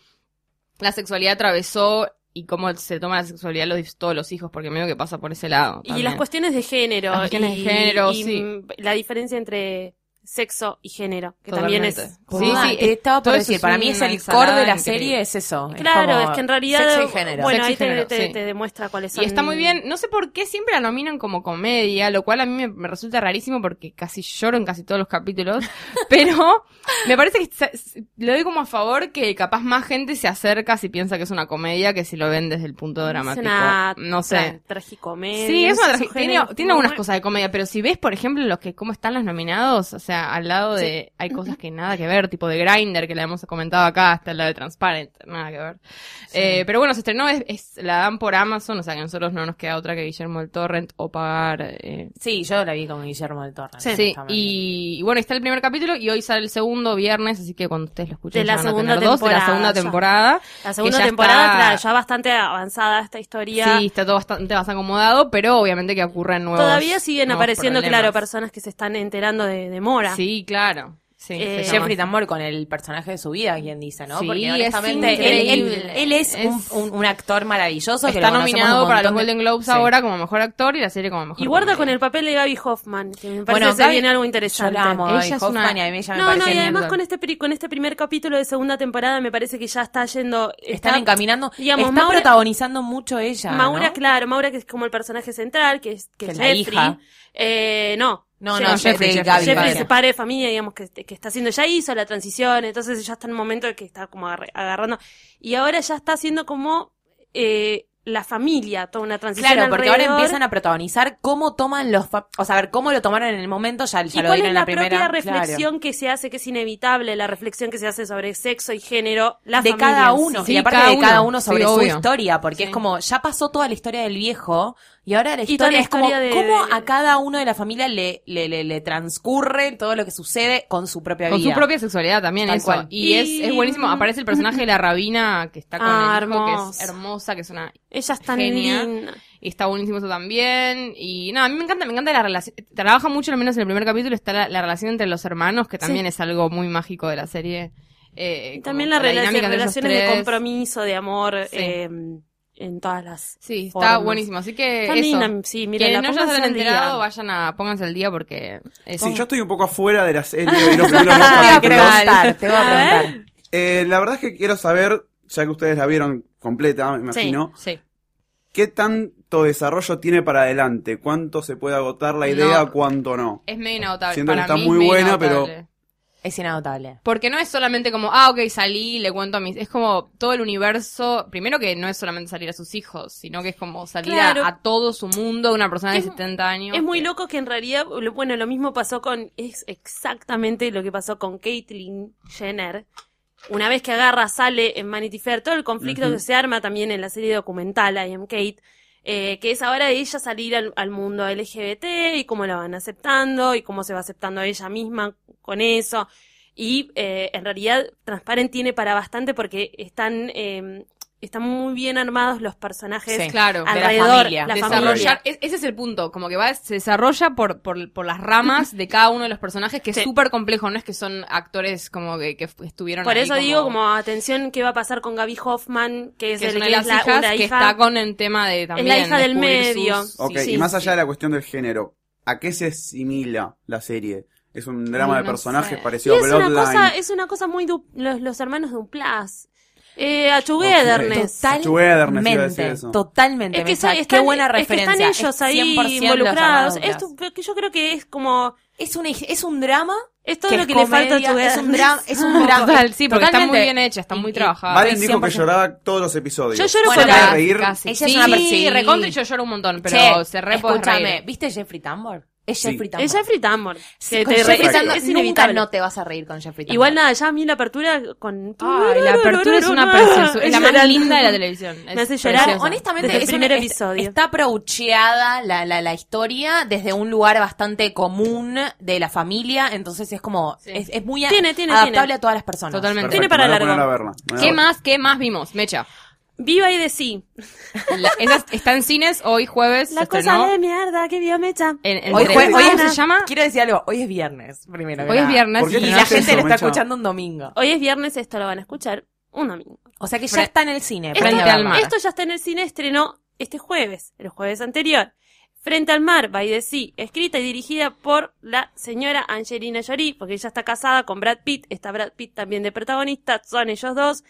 [SPEAKER 3] la sexualidad atravesó y cómo se toma la sexualidad los, dis- todos los hijos, porque medio que pasa por ese lado.
[SPEAKER 1] Y las
[SPEAKER 3] también.
[SPEAKER 1] cuestiones de género.
[SPEAKER 3] Las cuestiones
[SPEAKER 1] y,
[SPEAKER 3] de género,
[SPEAKER 1] y,
[SPEAKER 3] sí.
[SPEAKER 1] mm, La diferencia entre sexo y género, que también es...
[SPEAKER 3] Totalmente.
[SPEAKER 2] Sí,
[SPEAKER 3] Ah,
[SPEAKER 2] sí,
[SPEAKER 3] es-
[SPEAKER 2] estaba por
[SPEAKER 3] todo eso
[SPEAKER 2] decir,
[SPEAKER 3] es
[SPEAKER 2] para mí
[SPEAKER 3] una
[SPEAKER 2] es el
[SPEAKER 3] ensalada
[SPEAKER 2] core de la
[SPEAKER 3] increíble.
[SPEAKER 2] serie, es eso. es
[SPEAKER 1] Claro,
[SPEAKER 2] como
[SPEAKER 1] es que en realidad,
[SPEAKER 2] Sexo y género.
[SPEAKER 1] bueno,
[SPEAKER 3] Sexo y
[SPEAKER 1] ahí te,
[SPEAKER 3] género,
[SPEAKER 1] te-
[SPEAKER 3] sí.
[SPEAKER 1] te demuestra cuáles son.
[SPEAKER 3] Y está muy bien. No sé por qué siempre la nominan como comedia, lo cual a mí me, me resulta rarísimo porque casi lloro en casi todos los capítulos. pero me parece que sa- s- le doy como a favor que capaz más gente se acerca si piensa que es una comedia que si lo ven desde el punto dramático. no sé.
[SPEAKER 1] Tragicomedia.
[SPEAKER 3] Sí, es una
[SPEAKER 1] esos
[SPEAKER 3] tragedia. Tiene,
[SPEAKER 1] géneros
[SPEAKER 3] tiene
[SPEAKER 1] muy
[SPEAKER 3] algunas
[SPEAKER 1] buenos.
[SPEAKER 3] cosas de comedia, pero si ves, por ejemplo, los que cómo están los nominados, o sea, al lado de hay cosas que nada que ver, tipo de Grinder que la hemos comentado acá, hasta la de Transparent, nada que ver. Eh, pero bueno, se estrenó, es, es- la dan por Amazon, o sea, que a nosotros no nos queda otra que Guillermo del Torrent o pagar. eh.
[SPEAKER 2] Sí, yo la vi con Guillermo del
[SPEAKER 1] Ah,
[SPEAKER 2] Torre.
[SPEAKER 3] Sí,
[SPEAKER 2] justamente.
[SPEAKER 3] y, y bueno, está el primer capítulo y hoy sale el segundo viernes, así que cuando ustedes lo escuchen,
[SPEAKER 1] De
[SPEAKER 3] ya
[SPEAKER 1] la
[SPEAKER 3] van a
[SPEAKER 1] segunda
[SPEAKER 3] tener dos, de la
[SPEAKER 1] temporada,
[SPEAKER 3] segunda
[SPEAKER 1] ya.
[SPEAKER 3] temporada.
[SPEAKER 1] La segunda
[SPEAKER 3] que ya
[SPEAKER 1] temporada,
[SPEAKER 3] está-
[SPEAKER 1] claro, ya bastante avanzada esta historia.
[SPEAKER 3] Sí, está todo bastante más acomodado, pero obviamente que ocurren nuevos.
[SPEAKER 1] Todavía siguen
[SPEAKER 3] nuevos
[SPEAKER 1] apareciendo, claro,
[SPEAKER 3] problemas.
[SPEAKER 1] personas que se están enterando de, de Mora.
[SPEAKER 3] Sí, claro. Sí,
[SPEAKER 1] Eh,
[SPEAKER 3] se llama
[SPEAKER 2] Jeffrey Tambor con el personaje de su vida, quien dice, ¿no?
[SPEAKER 3] Sí,
[SPEAKER 2] Porque
[SPEAKER 3] es
[SPEAKER 2] honestamente él, él-
[SPEAKER 3] increíble.
[SPEAKER 2] él es, un,
[SPEAKER 3] Es-
[SPEAKER 2] un- un actor maravilloso. que
[SPEAKER 3] Está
[SPEAKER 2] lo conocemos
[SPEAKER 3] nominado
[SPEAKER 2] un
[SPEAKER 3] para los
[SPEAKER 2] montón de-
[SPEAKER 3] Golden Globes
[SPEAKER 2] Sí.
[SPEAKER 3] ahora como mejor actor y la serie como mejor.
[SPEAKER 1] Y guarda con
[SPEAKER 3] comedia.
[SPEAKER 1] el papel de Gaby Hoffman, que me parece
[SPEAKER 2] Bueno,
[SPEAKER 1] que se
[SPEAKER 2] Gaby-
[SPEAKER 1] viene algo
[SPEAKER 2] Yo
[SPEAKER 1] interesante.
[SPEAKER 2] la amo,
[SPEAKER 3] Ella
[SPEAKER 2] Gaby
[SPEAKER 3] es una-
[SPEAKER 2] Hoffman, y a mí ella me
[SPEAKER 1] No,
[SPEAKER 2] parece
[SPEAKER 1] no, y
[SPEAKER 2] bien.
[SPEAKER 1] además
[SPEAKER 3] lindo.
[SPEAKER 1] con este, pri- con este primer capítulo de segunda temporada me parece que ya está yendo...
[SPEAKER 2] Están
[SPEAKER 1] está-
[SPEAKER 2] encaminando,
[SPEAKER 1] digamos,
[SPEAKER 2] está
[SPEAKER 1] Maura-
[SPEAKER 2] protagonizando mucho ella,
[SPEAKER 1] Maura,
[SPEAKER 2] ¿no?
[SPEAKER 1] claro, Maura que es como el personaje central, que es, que
[SPEAKER 2] Que
[SPEAKER 1] es
[SPEAKER 2] la
[SPEAKER 1] Jeffrey.
[SPEAKER 2] hija.
[SPEAKER 1] Eh, no.
[SPEAKER 2] No,
[SPEAKER 1] Je-
[SPEAKER 2] no, Jeffrey,
[SPEAKER 3] Jeffrey,
[SPEAKER 2] Jeffrey,
[SPEAKER 3] Gaby,
[SPEAKER 1] Jeffrey
[SPEAKER 2] Gaby.
[SPEAKER 1] es el padre de familia, digamos, que, que está haciendo, ya hizo la transición, entonces ya está en el momento de que está como agarr- agarrando. Y ahora ya está haciendo como eh, la familia, toda una transición.
[SPEAKER 2] Claro, porque ahora
[SPEAKER 1] alrededor.
[SPEAKER 2] empiezan a protagonizar cómo toman los... fa- O sea, a ver, cómo lo tomaron en el momento, ya, ya
[SPEAKER 1] ¿Y
[SPEAKER 2] lo
[SPEAKER 1] cuál
[SPEAKER 2] dieron
[SPEAKER 1] es
[SPEAKER 2] en
[SPEAKER 1] la,
[SPEAKER 2] la primera.
[SPEAKER 1] propia
[SPEAKER 2] claro.
[SPEAKER 1] reflexión que se hace, que es inevitable, la reflexión que se hace sobre sexo y género, la
[SPEAKER 2] de
[SPEAKER 1] familia
[SPEAKER 2] cada
[SPEAKER 1] en sí?
[SPEAKER 2] uno,
[SPEAKER 3] sí.
[SPEAKER 2] y aparte
[SPEAKER 3] cada
[SPEAKER 2] de cada
[SPEAKER 3] uno,
[SPEAKER 2] uno sobre
[SPEAKER 3] sí,
[SPEAKER 2] su
[SPEAKER 3] obvio.
[SPEAKER 2] historia, porque
[SPEAKER 3] Sí.
[SPEAKER 2] es como, ya pasó toda la historia del viejo, y ahora la
[SPEAKER 1] Y toda
[SPEAKER 2] historia
[SPEAKER 1] la
[SPEAKER 2] es como,
[SPEAKER 1] historia de-
[SPEAKER 2] cómo
[SPEAKER 1] de-
[SPEAKER 2] a cada uno de la familia le, le, le, le transcurre todo lo que sucede con su propia
[SPEAKER 3] Con
[SPEAKER 2] vida.
[SPEAKER 3] su propia sexualidad también,
[SPEAKER 2] Tal
[SPEAKER 3] eso.
[SPEAKER 2] cual.
[SPEAKER 1] Y-
[SPEAKER 3] Y, Es, es buenísimo. Aparece el personaje de la rabina que está con
[SPEAKER 1] Ah,
[SPEAKER 3] el hijo, que es
[SPEAKER 1] hermosa.
[SPEAKER 3] hermosa, que es una
[SPEAKER 1] Ella es tan
[SPEAKER 3] Genia.
[SPEAKER 1] linda.
[SPEAKER 3] Y está buenísimo eso también. Y nada, a mí me encanta, me encanta la relación. Trabaja mucho, al menos en el primer capítulo, está la, la relación entre los hermanos, que también es algo muy mágico de la serie. Eh,
[SPEAKER 1] Y también
[SPEAKER 3] como
[SPEAKER 1] las rela-
[SPEAKER 3] dinámica entre ellos
[SPEAKER 1] relaciones de
[SPEAKER 3] tres.
[SPEAKER 1] compromiso, de amor,
[SPEAKER 3] Sí.
[SPEAKER 1] eh, en todas las.
[SPEAKER 3] Sí, está
[SPEAKER 1] formas.
[SPEAKER 3] buenísimo. Así que.
[SPEAKER 1] Tan
[SPEAKER 3] eso.
[SPEAKER 1] linda, sí, mira,
[SPEAKER 3] Quienes
[SPEAKER 1] la
[SPEAKER 3] no ya se
[SPEAKER 1] pongas
[SPEAKER 3] han
[SPEAKER 1] al día.
[SPEAKER 3] enterado, vayan a pónganse al día porque. es-
[SPEAKER 4] Sí, yo estoy un poco afuera de la serie. de los primeros dos
[SPEAKER 2] Ah, te voy
[SPEAKER 4] capítulos.
[SPEAKER 2] a preguntar, te voy a preguntar.
[SPEAKER 4] Eh, la verdad es que quiero saber, ya que ustedes la vieron completa, me
[SPEAKER 1] Sí.
[SPEAKER 4] imagino,
[SPEAKER 3] Sí.
[SPEAKER 4] ¿qué tanto desarrollo tiene para adelante? ¿Cuánto se puede agotar la idea,
[SPEAKER 3] No.
[SPEAKER 4] cuánto no?
[SPEAKER 3] Es medio inagotable.
[SPEAKER 4] Siento que
[SPEAKER 3] Para
[SPEAKER 4] está
[SPEAKER 3] mí es
[SPEAKER 4] muy
[SPEAKER 3] medio
[SPEAKER 4] buena, pero-
[SPEAKER 3] inagotable.
[SPEAKER 2] Es inagotable.
[SPEAKER 3] Porque no es solamente como, ah, ok, salí, le cuento a mis... Es como todo el universo, primero que no es solamente salir a sus hijos, sino que es como salir a-
[SPEAKER 1] Claro.
[SPEAKER 3] a, todo su mundo, una persona de
[SPEAKER 1] Es-
[SPEAKER 3] 70 años.
[SPEAKER 1] Es muy
[SPEAKER 3] que-
[SPEAKER 1] loco que en realidad, lo- bueno, lo mismo pasó con, es exactamente lo que pasó con Caitlyn Jenner. Una vez que agarra, sale en Vanity Fair, todo el conflicto
[SPEAKER 4] Ujú.
[SPEAKER 1] que se arma también en la serie documental I Am Kate, eh, que es ahora ella salir al, al mundo LGBT y cómo la van aceptando y cómo se va aceptando ella misma con eso. Y eh, en realidad Transparent tiene para bastante porque están eh, están muy bien armados los personajes.
[SPEAKER 2] Sí.
[SPEAKER 3] Claro,
[SPEAKER 2] de la
[SPEAKER 1] alrededor,
[SPEAKER 2] familia.
[SPEAKER 1] la
[SPEAKER 3] desarrollar,
[SPEAKER 1] familia.
[SPEAKER 3] es- ese es el punto, como que va, se desarrolla por, por, por las ramas de cada uno de los personajes, que
[SPEAKER 1] Sí.
[SPEAKER 3] es súper complejo, no es que son actores como que, que estuvieron
[SPEAKER 1] Por
[SPEAKER 3] ahí
[SPEAKER 1] eso digo, como atención, ¿qué va a pasar con Gaby Hoffman? Que es,
[SPEAKER 3] que es
[SPEAKER 1] el
[SPEAKER 3] una de
[SPEAKER 1] que
[SPEAKER 3] las
[SPEAKER 1] es la,
[SPEAKER 3] hijas
[SPEAKER 1] una
[SPEAKER 3] que
[SPEAKER 1] hija.
[SPEAKER 3] está con el tema de también
[SPEAKER 1] hija del
[SPEAKER 3] descubrir sus-
[SPEAKER 1] medio.
[SPEAKER 3] sí,
[SPEAKER 4] Ok,
[SPEAKER 3] sí.
[SPEAKER 4] y más allá de la cuestión del género, ¿a qué se asimila la serie? ¿Es un drama de
[SPEAKER 3] No
[SPEAKER 4] personajes
[SPEAKER 3] sé.
[SPEAKER 1] Y
[SPEAKER 4] parecido a
[SPEAKER 1] es una,
[SPEAKER 4] Bloodline?
[SPEAKER 1] cosa, es una cosa muy du- los, los hermanos de Duplass. Eh, a Togetherness.
[SPEAKER 4] Total. Chuederness iba a decir
[SPEAKER 2] Totalmente,
[SPEAKER 4] eso.
[SPEAKER 2] totalmente.
[SPEAKER 1] Es que,
[SPEAKER 2] Mecha.
[SPEAKER 1] son-
[SPEAKER 2] Qué
[SPEAKER 1] están,
[SPEAKER 2] buena
[SPEAKER 1] es que
[SPEAKER 2] referencia.
[SPEAKER 1] están ellos
[SPEAKER 2] Es
[SPEAKER 1] ahí
[SPEAKER 2] 100% los
[SPEAKER 1] involucrados.
[SPEAKER 2] hermanos
[SPEAKER 1] Esto,
[SPEAKER 2] Blas.
[SPEAKER 1] que yo creo que es como.
[SPEAKER 2] es, un, es un drama
[SPEAKER 1] Es todo
[SPEAKER 2] que
[SPEAKER 1] lo
[SPEAKER 2] es
[SPEAKER 1] que
[SPEAKER 2] comedia,
[SPEAKER 1] le falta a Togetherness.
[SPEAKER 2] Es un drama. Es un drama.
[SPEAKER 3] Total, sí, porque está muy
[SPEAKER 2] Totalmente.
[SPEAKER 3] bien hecha, está muy
[SPEAKER 2] Y-
[SPEAKER 3] trabajada.
[SPEAKER 4] Valen dijo que
[SPEAKER 2] 100%.
[SPEAKER 4] lloraba todos los episodios.
[SPEAKER 1] Yo lloro
[SPEAKER 2] Bueno,
[SPEAKER 1] con
[SPEAKER 2] pero-
[SPEAKER 1] la.
[SPEAKER 4] Para reír.
[SPEAKER 3] Casi.
[SPEAKER 2] Ella es
[SPEAKER 3] sí,
[SPEAKER 2] una per- sí.
[SPEAKER 3] recontra y yo lloro un montón, pero
[SPEAKER 2] Che,
[SPEAKER 3] se re podés
[SPEAKER 2] escúchame,
[SPEAKER 3] reír.
[SPEAKER 2] ¿viste Jeffrey Tambor? Es
[SPEAKER 4] Sí.
[SPEAKER 2] Jeffrey Tambor.
[SPEAKER 1] Es Jeffrey Tambor.
[SPEAKER 2] Sí,
[SPEAKER 1] que
[SPEAKER 2] con
[SPEAKER 1] te
[SPEAKER 2] Jeffrey
[SPEAKER 1] re-
[SPEAKER 2] Tambor
[SPEAKER 1] es
[SPEAKER 2] nunca
[SPEAKER 1] inevitable.
[SPEAKER 2] no te vas a reír con Jeffrey Tambor.
[SPEAKER 1] Igual nada, ya a mí la apertura con.
[SPEAKER 3] Ay, la apertura es una preciosa, es la más
[SPEAKER 1] Llorando.
[SPEAKER 3] linda de la televisión. Es
[SPEAKER 1] Me hace llorar.
[SPEAKER 3] preciosa.
[SPEAKER 2] Honestamente,
[SPEAKER 1] Desde el
[SPEAKER 2] es un-
[SPEAKER 1] primer
[SPEAKER 2] es-
[SPEAKER 1] episodio.
[SPEAKER 2] está proucheada la, la, la historia desde un lugar bastante común de la familia, entonces es como,
[SPEAKER 3] Sí.
[SPEAKER 2] es, es muy a-
[SPEAKER 1] Tiene, tiene,
[SPEAKER 2] adaptable
[SPEAKER 1] tiene.
[SPEAKER 2] a todas las personas.
[SPEAKER 3] Totalmente.
[SPEAKER 4] Perfecto,
[SPEAKER 1] Tiene para
[SPEAKER 4] me voy a poner
[SPEAKER 1] largo.
[SPEAKER 4] a verla. Me voy a
[SPEAKER 3] ¿Qué
[SPEAKER 4] verla.
[SPEAKER 3] más, qué más vimos, Mecha?
[SPEAKER 1] Viva y de sí.
[SPEAKER 3] La- esa está en cines hoy jueves.
[SPEAKER 1] La
[SPEAKER 3] se
[SPEAKER 1] cosa
[SPEAKER 3] estrenó.
[SPEAKER 1] de mierda que vio Mecha.
[SPEAKER 3] En- en-
[SPEAKER 2] Hoy,
[SPEAKER 3] entre-
[SPEAKER 2] jue- hoy
[SPEAKER 3] ¿Cómo
[SPEAKER 2] es-
[SPEAKER 3] se llama?
[SPEAKER 2] Quiero decir algo, hoy es viernes, primero. que
[SPEAKER 3] Hoy es
[SPEAKER 2] nada.
[SPEAKER 3] viernes
[SPEAKER 4] ¿Por qué
[SPEAKER 3] y
[SPEAKER 2] Y
[SPEAKER 4] no
[SPEAKER 2] la
[SPEAKER 4] haces
[SPEAKER 2] gente
[SPEAKER 4] eso,
[SPEAKER 2] lo está
[SPEAKER 4] Mecha?
[SPEAKER 2] escuchando un domingo.
[SPEAKER 1] Hoy es viernes, esto lo van a escuchar un domingo.
[SPEAKER 2] O sea que ya
[SPEAKER 3] Fre-
[SPEAKER 2] está en el cine.
[SPEAKER 3] Esto-
[SPEAKER 2] prende a verla.
[SPEAKER 3] mar.
[SPEAKER 1] Esto ya está en el cine, estrenó este jueves, el jueves anterior. Frente al mar, by the Sea, escrita y dirigida por la señora Angelina Jolie, porque ella está casada con Brad Pitt, está Brad Pitt también de protagonista, son ellos dos.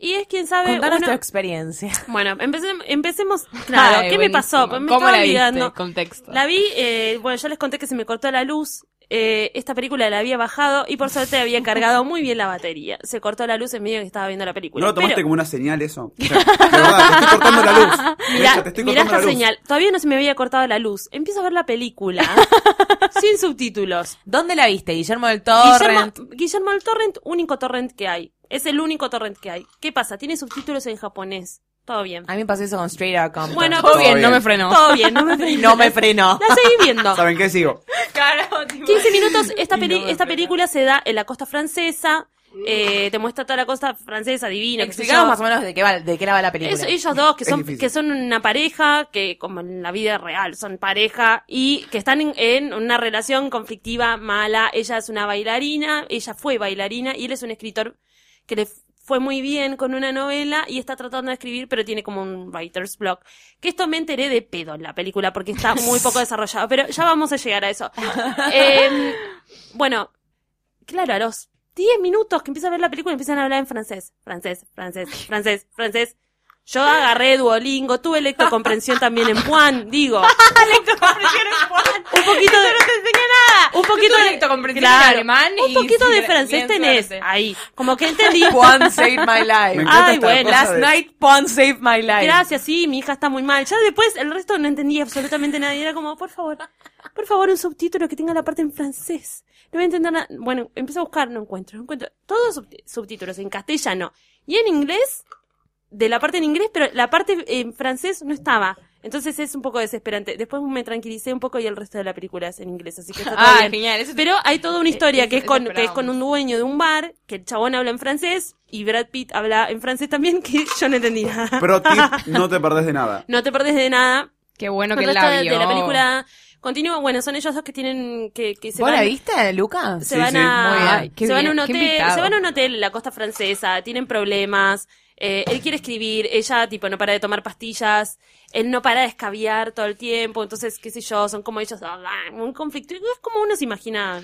[SPEAKER 1] Y es quien sabe...
[SPEAKER 2] Contanos
[SPEAKER 1] uno-
[SPEAKER 2] tu experiencia.
[SPEAKER 1] Bueno, empecemos, empecemos claro,
[SPEAKER 3] Ay,
[SPEAKER 1] ¿qué me
[SPEAKER 3] buenísimo.
[SPEAKER 1] pasó? Pues me
[SPEAKER 3] ¿Cómo
[SPEAKER 1] estaba
[SPEAKER 3] la viste?
[SPEAKER 1] olvidando.
[SPEAKER 3] Contexto.
[SPEAKER 1] La vi, eh, bueno, ya les conté que se me cortó la luz. eh, esta película la había bajado y por suerte había cargado muy bien la batería. Se cortó la luz en medio que estaba viendo la película.
[SPEAKER 4] ¿No lo tomaste
[SPEAKER 1] Pero-
[SPEAKER 4] como una señal eso? O sea, de verdad, te estoy cortando la luz.
[SPEAKER 1] Mirá,
[SPEAKER 4] te estoy
[SPEAKER 1] mirá
[SPEAKER 4] cortando
[SPEAKER 1] esta
[SPEAKER 4] la luz.
[SPEAKER 1] señal. Todavía no se me había cortado la luz. Empiezo a ver la película. sin subtítulos.
[SPEAKER 2] ¿Dónde la viste? Guillermo del Torre.
[SPEAKER 1] Guillermo, Guillermo el Torrent, único torrent que hay. Es el único torrent que hay. ¿Qué pasa? Tiene subtítulos en japonés. Todo bien.
[SPEAKER 2] A mí me pasó eso con Straight Outta Compton.
[SPEAKER 1] Bueno,
[SPEAKER 3] Todo bien,
[SPEAKER 4] bien.
[SPEAKER 3] no me frenó.
[SPEAKER 1] Todo bien, no me
[SPEAKER 2] y no me frenó.
[SPEAKER 1] La seguí viendo.
[SPEAKER 4] ¿Saben qué? Sigo.
[SPEAKER 1] 15 minutos, esta,
[SPEAKER 2] Y
[SPEAKER 1] peli-
[SPEAKER 2] no me
[SPEAKER 1] esta
[SPEAKER 2] frena.
[SPEAKER 1] película se da en la costa francesa. eh, te muestra toda la costa francesa, divina. qué sé
[SPEAKER 2] Explicamos
[SPEAKER 1] yo.
[SPEAKER 2] más o menos de qué va, de qué la va la película.
[SPEAKER 1] Es- ellos dos que
[SPEAKER 4] Es
[SPEAKER 1] son,
[SPEAKER 4] difícil.
[SPEAKER 1] que son una pareja, que como en la vida real son pareja y que están en, en una relación conflictiva, mala. Ella es una bailarina, ella fue bailarina y él es un escritor que le f- fue muy bien con una novela y está tratando de escribir, pero tiene como un writer's block. Que esto me enteré de pedo en la película porque está muy poco desarrollado, pero ya vamos a llegar a eso. Em, bueno, claro, a los 10 minutos que empieza a ver la película empiezan a hablar en francés, francés, francés, francés, francés. Yo agarré Duolingo, tuve lectocomprensión también en Juan, digo. Un poquito de Un poquito
[SPEAKER 3] tuve
[SPEAKER 1] de
[SPEAKER 3] lectocomprensión en alemán
[SPEAKER 1] Un
[SPEAKER 3] y
[SPEAKER 1] poquito de
[SPEAKER 3] bien
[SPEAKER 1] francés
[SPEAKER 3] suerte.
[SPEAKER 1] tenés Ah, ahí, como que entendí.
[SPEAKER 2] Juan saved my
[SPEAKER 4] Me
[SPEAKER 2] life.
[SPEAKER 4] encanta
[SPEAKER 1] Ay,
[SPEAKER 4] esta
[SPEAKER 1] bueno,
[SPEAKER 4] cosa
[SPEAKER 2] Last
[SPEAKER 4] de-
[SPEAKER 2] night, Juan saved my life.
[SPEAKER 1] Gracias, sí, mi hija está muy mal. Ya después el resto no entendía absolutamente nada. Y era como, por favor, por favor, un subtítulo que tenga la parte en francés. No voy a entender nada. Bueno, empiezo a buscar, no encuentro, no encuentro. Todos subt- subtítulos en castellano y en inglés, de la parte en inglés, pero la parte en francés no estaba. Entonces es un poco desesperante. Después me tranquilicé un poco y el resto de la película es en inglés, así que está todo
[SPEAKER 3] Ah,
[SPEAKER 1] bien.
[SPEAKER 3] genial. Eso
[SPEAKER 1] Pero hay toda una historia
[SPEAKER 3] Eso-
[SPEAKER 1] que es
[SPEAKER 3] eso
[SPEAKER 1] con que es con
[SPEAKER 3] esperábamos.
[SPEAKER 1] un dueño de un bar, que el chabón habla en francés y Brad Pitt habla en francés también, que yo no entendí nada.
[SPEAKER 4] Pro tip, no te perdés de nada.
[SPEAKER 1] No te perdés de nada.
[SPEAKER 3] Qué bueno
[SPEAKER 1] el
[SPEAKER 3] que
[SPEAKER 1] resto
[SPEAKER 3] la
[SPEAKER 1] de,
[SPEAKER 3] vio.
[SPEAKER 1] de la película continúa. Bueno, son ellos dos que tienen que, que se
[SPEAKER 2] ¿Vos la
[SPEAKER 1] van,
[SPEAKER 2] viste, Luca?
[SPEAKER 1] se
[SPEAKER 4] Sí,
[SPEAKER 1] van
[SPEAKER 4] sí.
[SPEAKER 1] a
[SPEAKER 3] Muy bien. Qué
[SPEAKER 1] se van a un
[SPEAKER 3] bien, qué
[SPEAKER 1] hotel,
[SPEAKER 3] invitado.
[SPEAKER 1] se van a un hotel en la costa francesa, tienen problemas. eh, él quiere escribir, ella tipo no para de tomar pastillas, él no para de escabiar todo el tiempo, entonces qué sé yo, son como ellos ah, ah, un conflicto, es como uno se imagina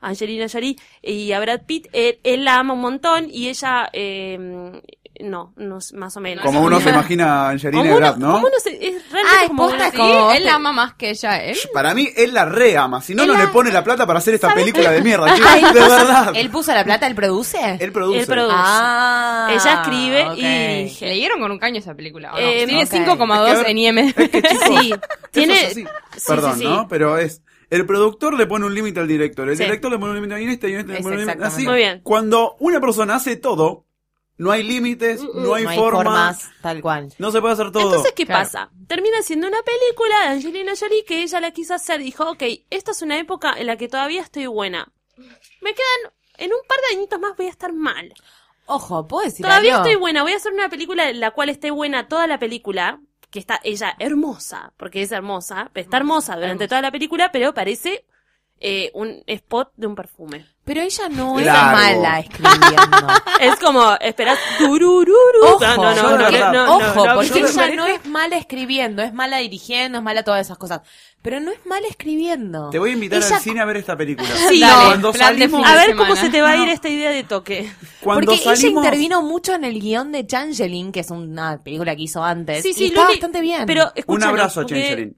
[SPEAKER 1] a Angelina Jolie y a Brad Pitt, él, él la ama un montón y ella eh, no, no es- más o menos.
[SPEAKER 4] Como uno se imagina a Angelina
[SPEAKER 1] Como
[SPEAKER 4] y
[SPEAKER 1] uno-
[SPEAKER 4] Brad, ¿no?
[SPEAKER 1] como uno se- es realmente
[SPEAKER 2] Ah, es
[SPEAKER 1] como uno se-
[SPEAKER 2] posta,
[SPEAKER 3] Sí,
[SPEAKER 2] Como-
[SPEAKER 3] él la ama más que ella a él.
[SPEAKER 4] Para mí, él la re ama. Si no,
[SPEAKER 1] Él
[SPEAKER 4] no
[SPEAKER 1] la-
[SPEAKER 4] le pone la plata para hacer esta película de mierda. chicos. De verdad.
[SPEAKER 2] ¿Él puso la plata? ¿Él produce?
[SPEAKER 4] Él produce.
[SPEAKER 1] Él produce.
[SPEAKER 2] Ah.
[SPEAKER 1] Ella escribe y
[SPEAKER 2] ok.
[SPEAKER 1] dirige.
[SPEAKER 3] Le dieron con un caño esa película. ¿o no?
[SPEAKER 1] Eh,
[SPEAKER 3] Tiene
[SPEAKER 2] ok.
[SPEAKER 3] 5,2
[SPEAKER 4] Es que-
[SPEAKER 3] en IMDb.
[SPEAKER 1] Sí,
[SPEAKER 4] Eso es
[SPEAKER 1] tiene.
[SPEAKER 4] así.
[SPEAKER 1] sí,
[SPEAKER 4] Perdón,
[SPEAKER 1] sí, sí.
[SPEAKER 4] ¿no? Pero es. El productor le pone un límite al director, el
[SPEAKER 1] Sí.
[SPEAKER 4] director le pone un límite a guionista, guionista le
[SPEAKER 2] Es
[SPEAKER 4] pone un límite. Así,
[SPEAKER 2] exactamente.
[SPEAKER 1] Muy bien.
[SPEAKER 4] cuando una persona hace todo, no hay límites, no hay
[SPEAKER 2] mm, no hay
[SPEAKER 4] formas,
[SPEAKER 2] formas, tal cual.
[SPEAKER 4] no se puede hacer todo.
[SPEAKER 1] Entonces, ¿qué
[SPEAKER 3] Claro.
[SPEAKER 1] pasa? Termina siendo una película de Angelina Jolie que ella la quiso hacer. Dijo, ok, esta es una época en la que todavía estoy buena. Me quedan, en un par de añitos más voy a estar mal.
[SPEAKER 2] Ojo, puedo decir
[SPEAKER 1] Todavía
[SPEAKER 2] algo?
[SPEAKER 1] estoy buena. Voy a hacer una película en la cual esté buena toda la película. Que está ella hermosa, porque es hermosa. Está hermosa durante
[SPEAKER 3] Hermosa.
[SPEAKER 1] toda la película, pero parece eh, un spot de un perfume.
[SPEAKER 2] Pero ella no es
[SPEAKER 4] Largo.
[SPEAKER 2] mala escribiendo.
[SPEAKER 1] Es como, esperás. turururu.
[SPEAKER 2] Ojo,
[SPEAKER 1] No, no, no,
[SPEAKER 4] yo
[SPEAKER 1] no,
[SPEAKER 2] porque,
[SPEAKER 1] no, no,
[SPEAKER 2] ojo,
[SPEAKER 1] no,
[SPEAKER 2] porque
[SPEAKER 1] no,
[SPEAKER 2] ella
[SPEAKER 1] no,
[SPEAKER 2] no es mala escribiendo, es mala dirigiendo, es mala todas esas cosas. Pero no es mala escribiendo.
[SPEAKER 4] Te voy a invitar
[SPEAKER 2] Ella-
[SPEAKER 4] al cine a ver esta película.
[SPEAKER 1] Sí,
[SPEAKER 3] Dale,
[SPEAKER 4] cuando
[SPEAKER 3] plan de
[SPEAKER 4] salimos,
[SPEAKER 3] fin
[SPEAKER 1] A
[SPEAKER 3] de
[SPEAKER 1] ver cómo
[SPEAKER 3] semana.
[SPEAKER 1] se te va a ir
[SPEAKER 3] No.
[SPEAKER 1] esta idea de toque.
[SPEAKER 4] cuando
[SPEAKER 2] Porque ella
[SPEAKER 4] salimos-
[SPEAKER 2] intervino mucho en el guión de Changeling, que es una película que hizo antes.
[SPEAKER 1] Sí, sí,
[SPEAKER 2] y está
[SPEAKER 1] Luli,
[SPEAKER 2] bastante bien.
[SPEAKER 1] Pero
[SPEAKER 4] Un
[SPEAKER 1] escúchanos,
[SPEAKER 4] abrazo a
[SPEAKER 1] porque
[SPEAKER 4] Changeling.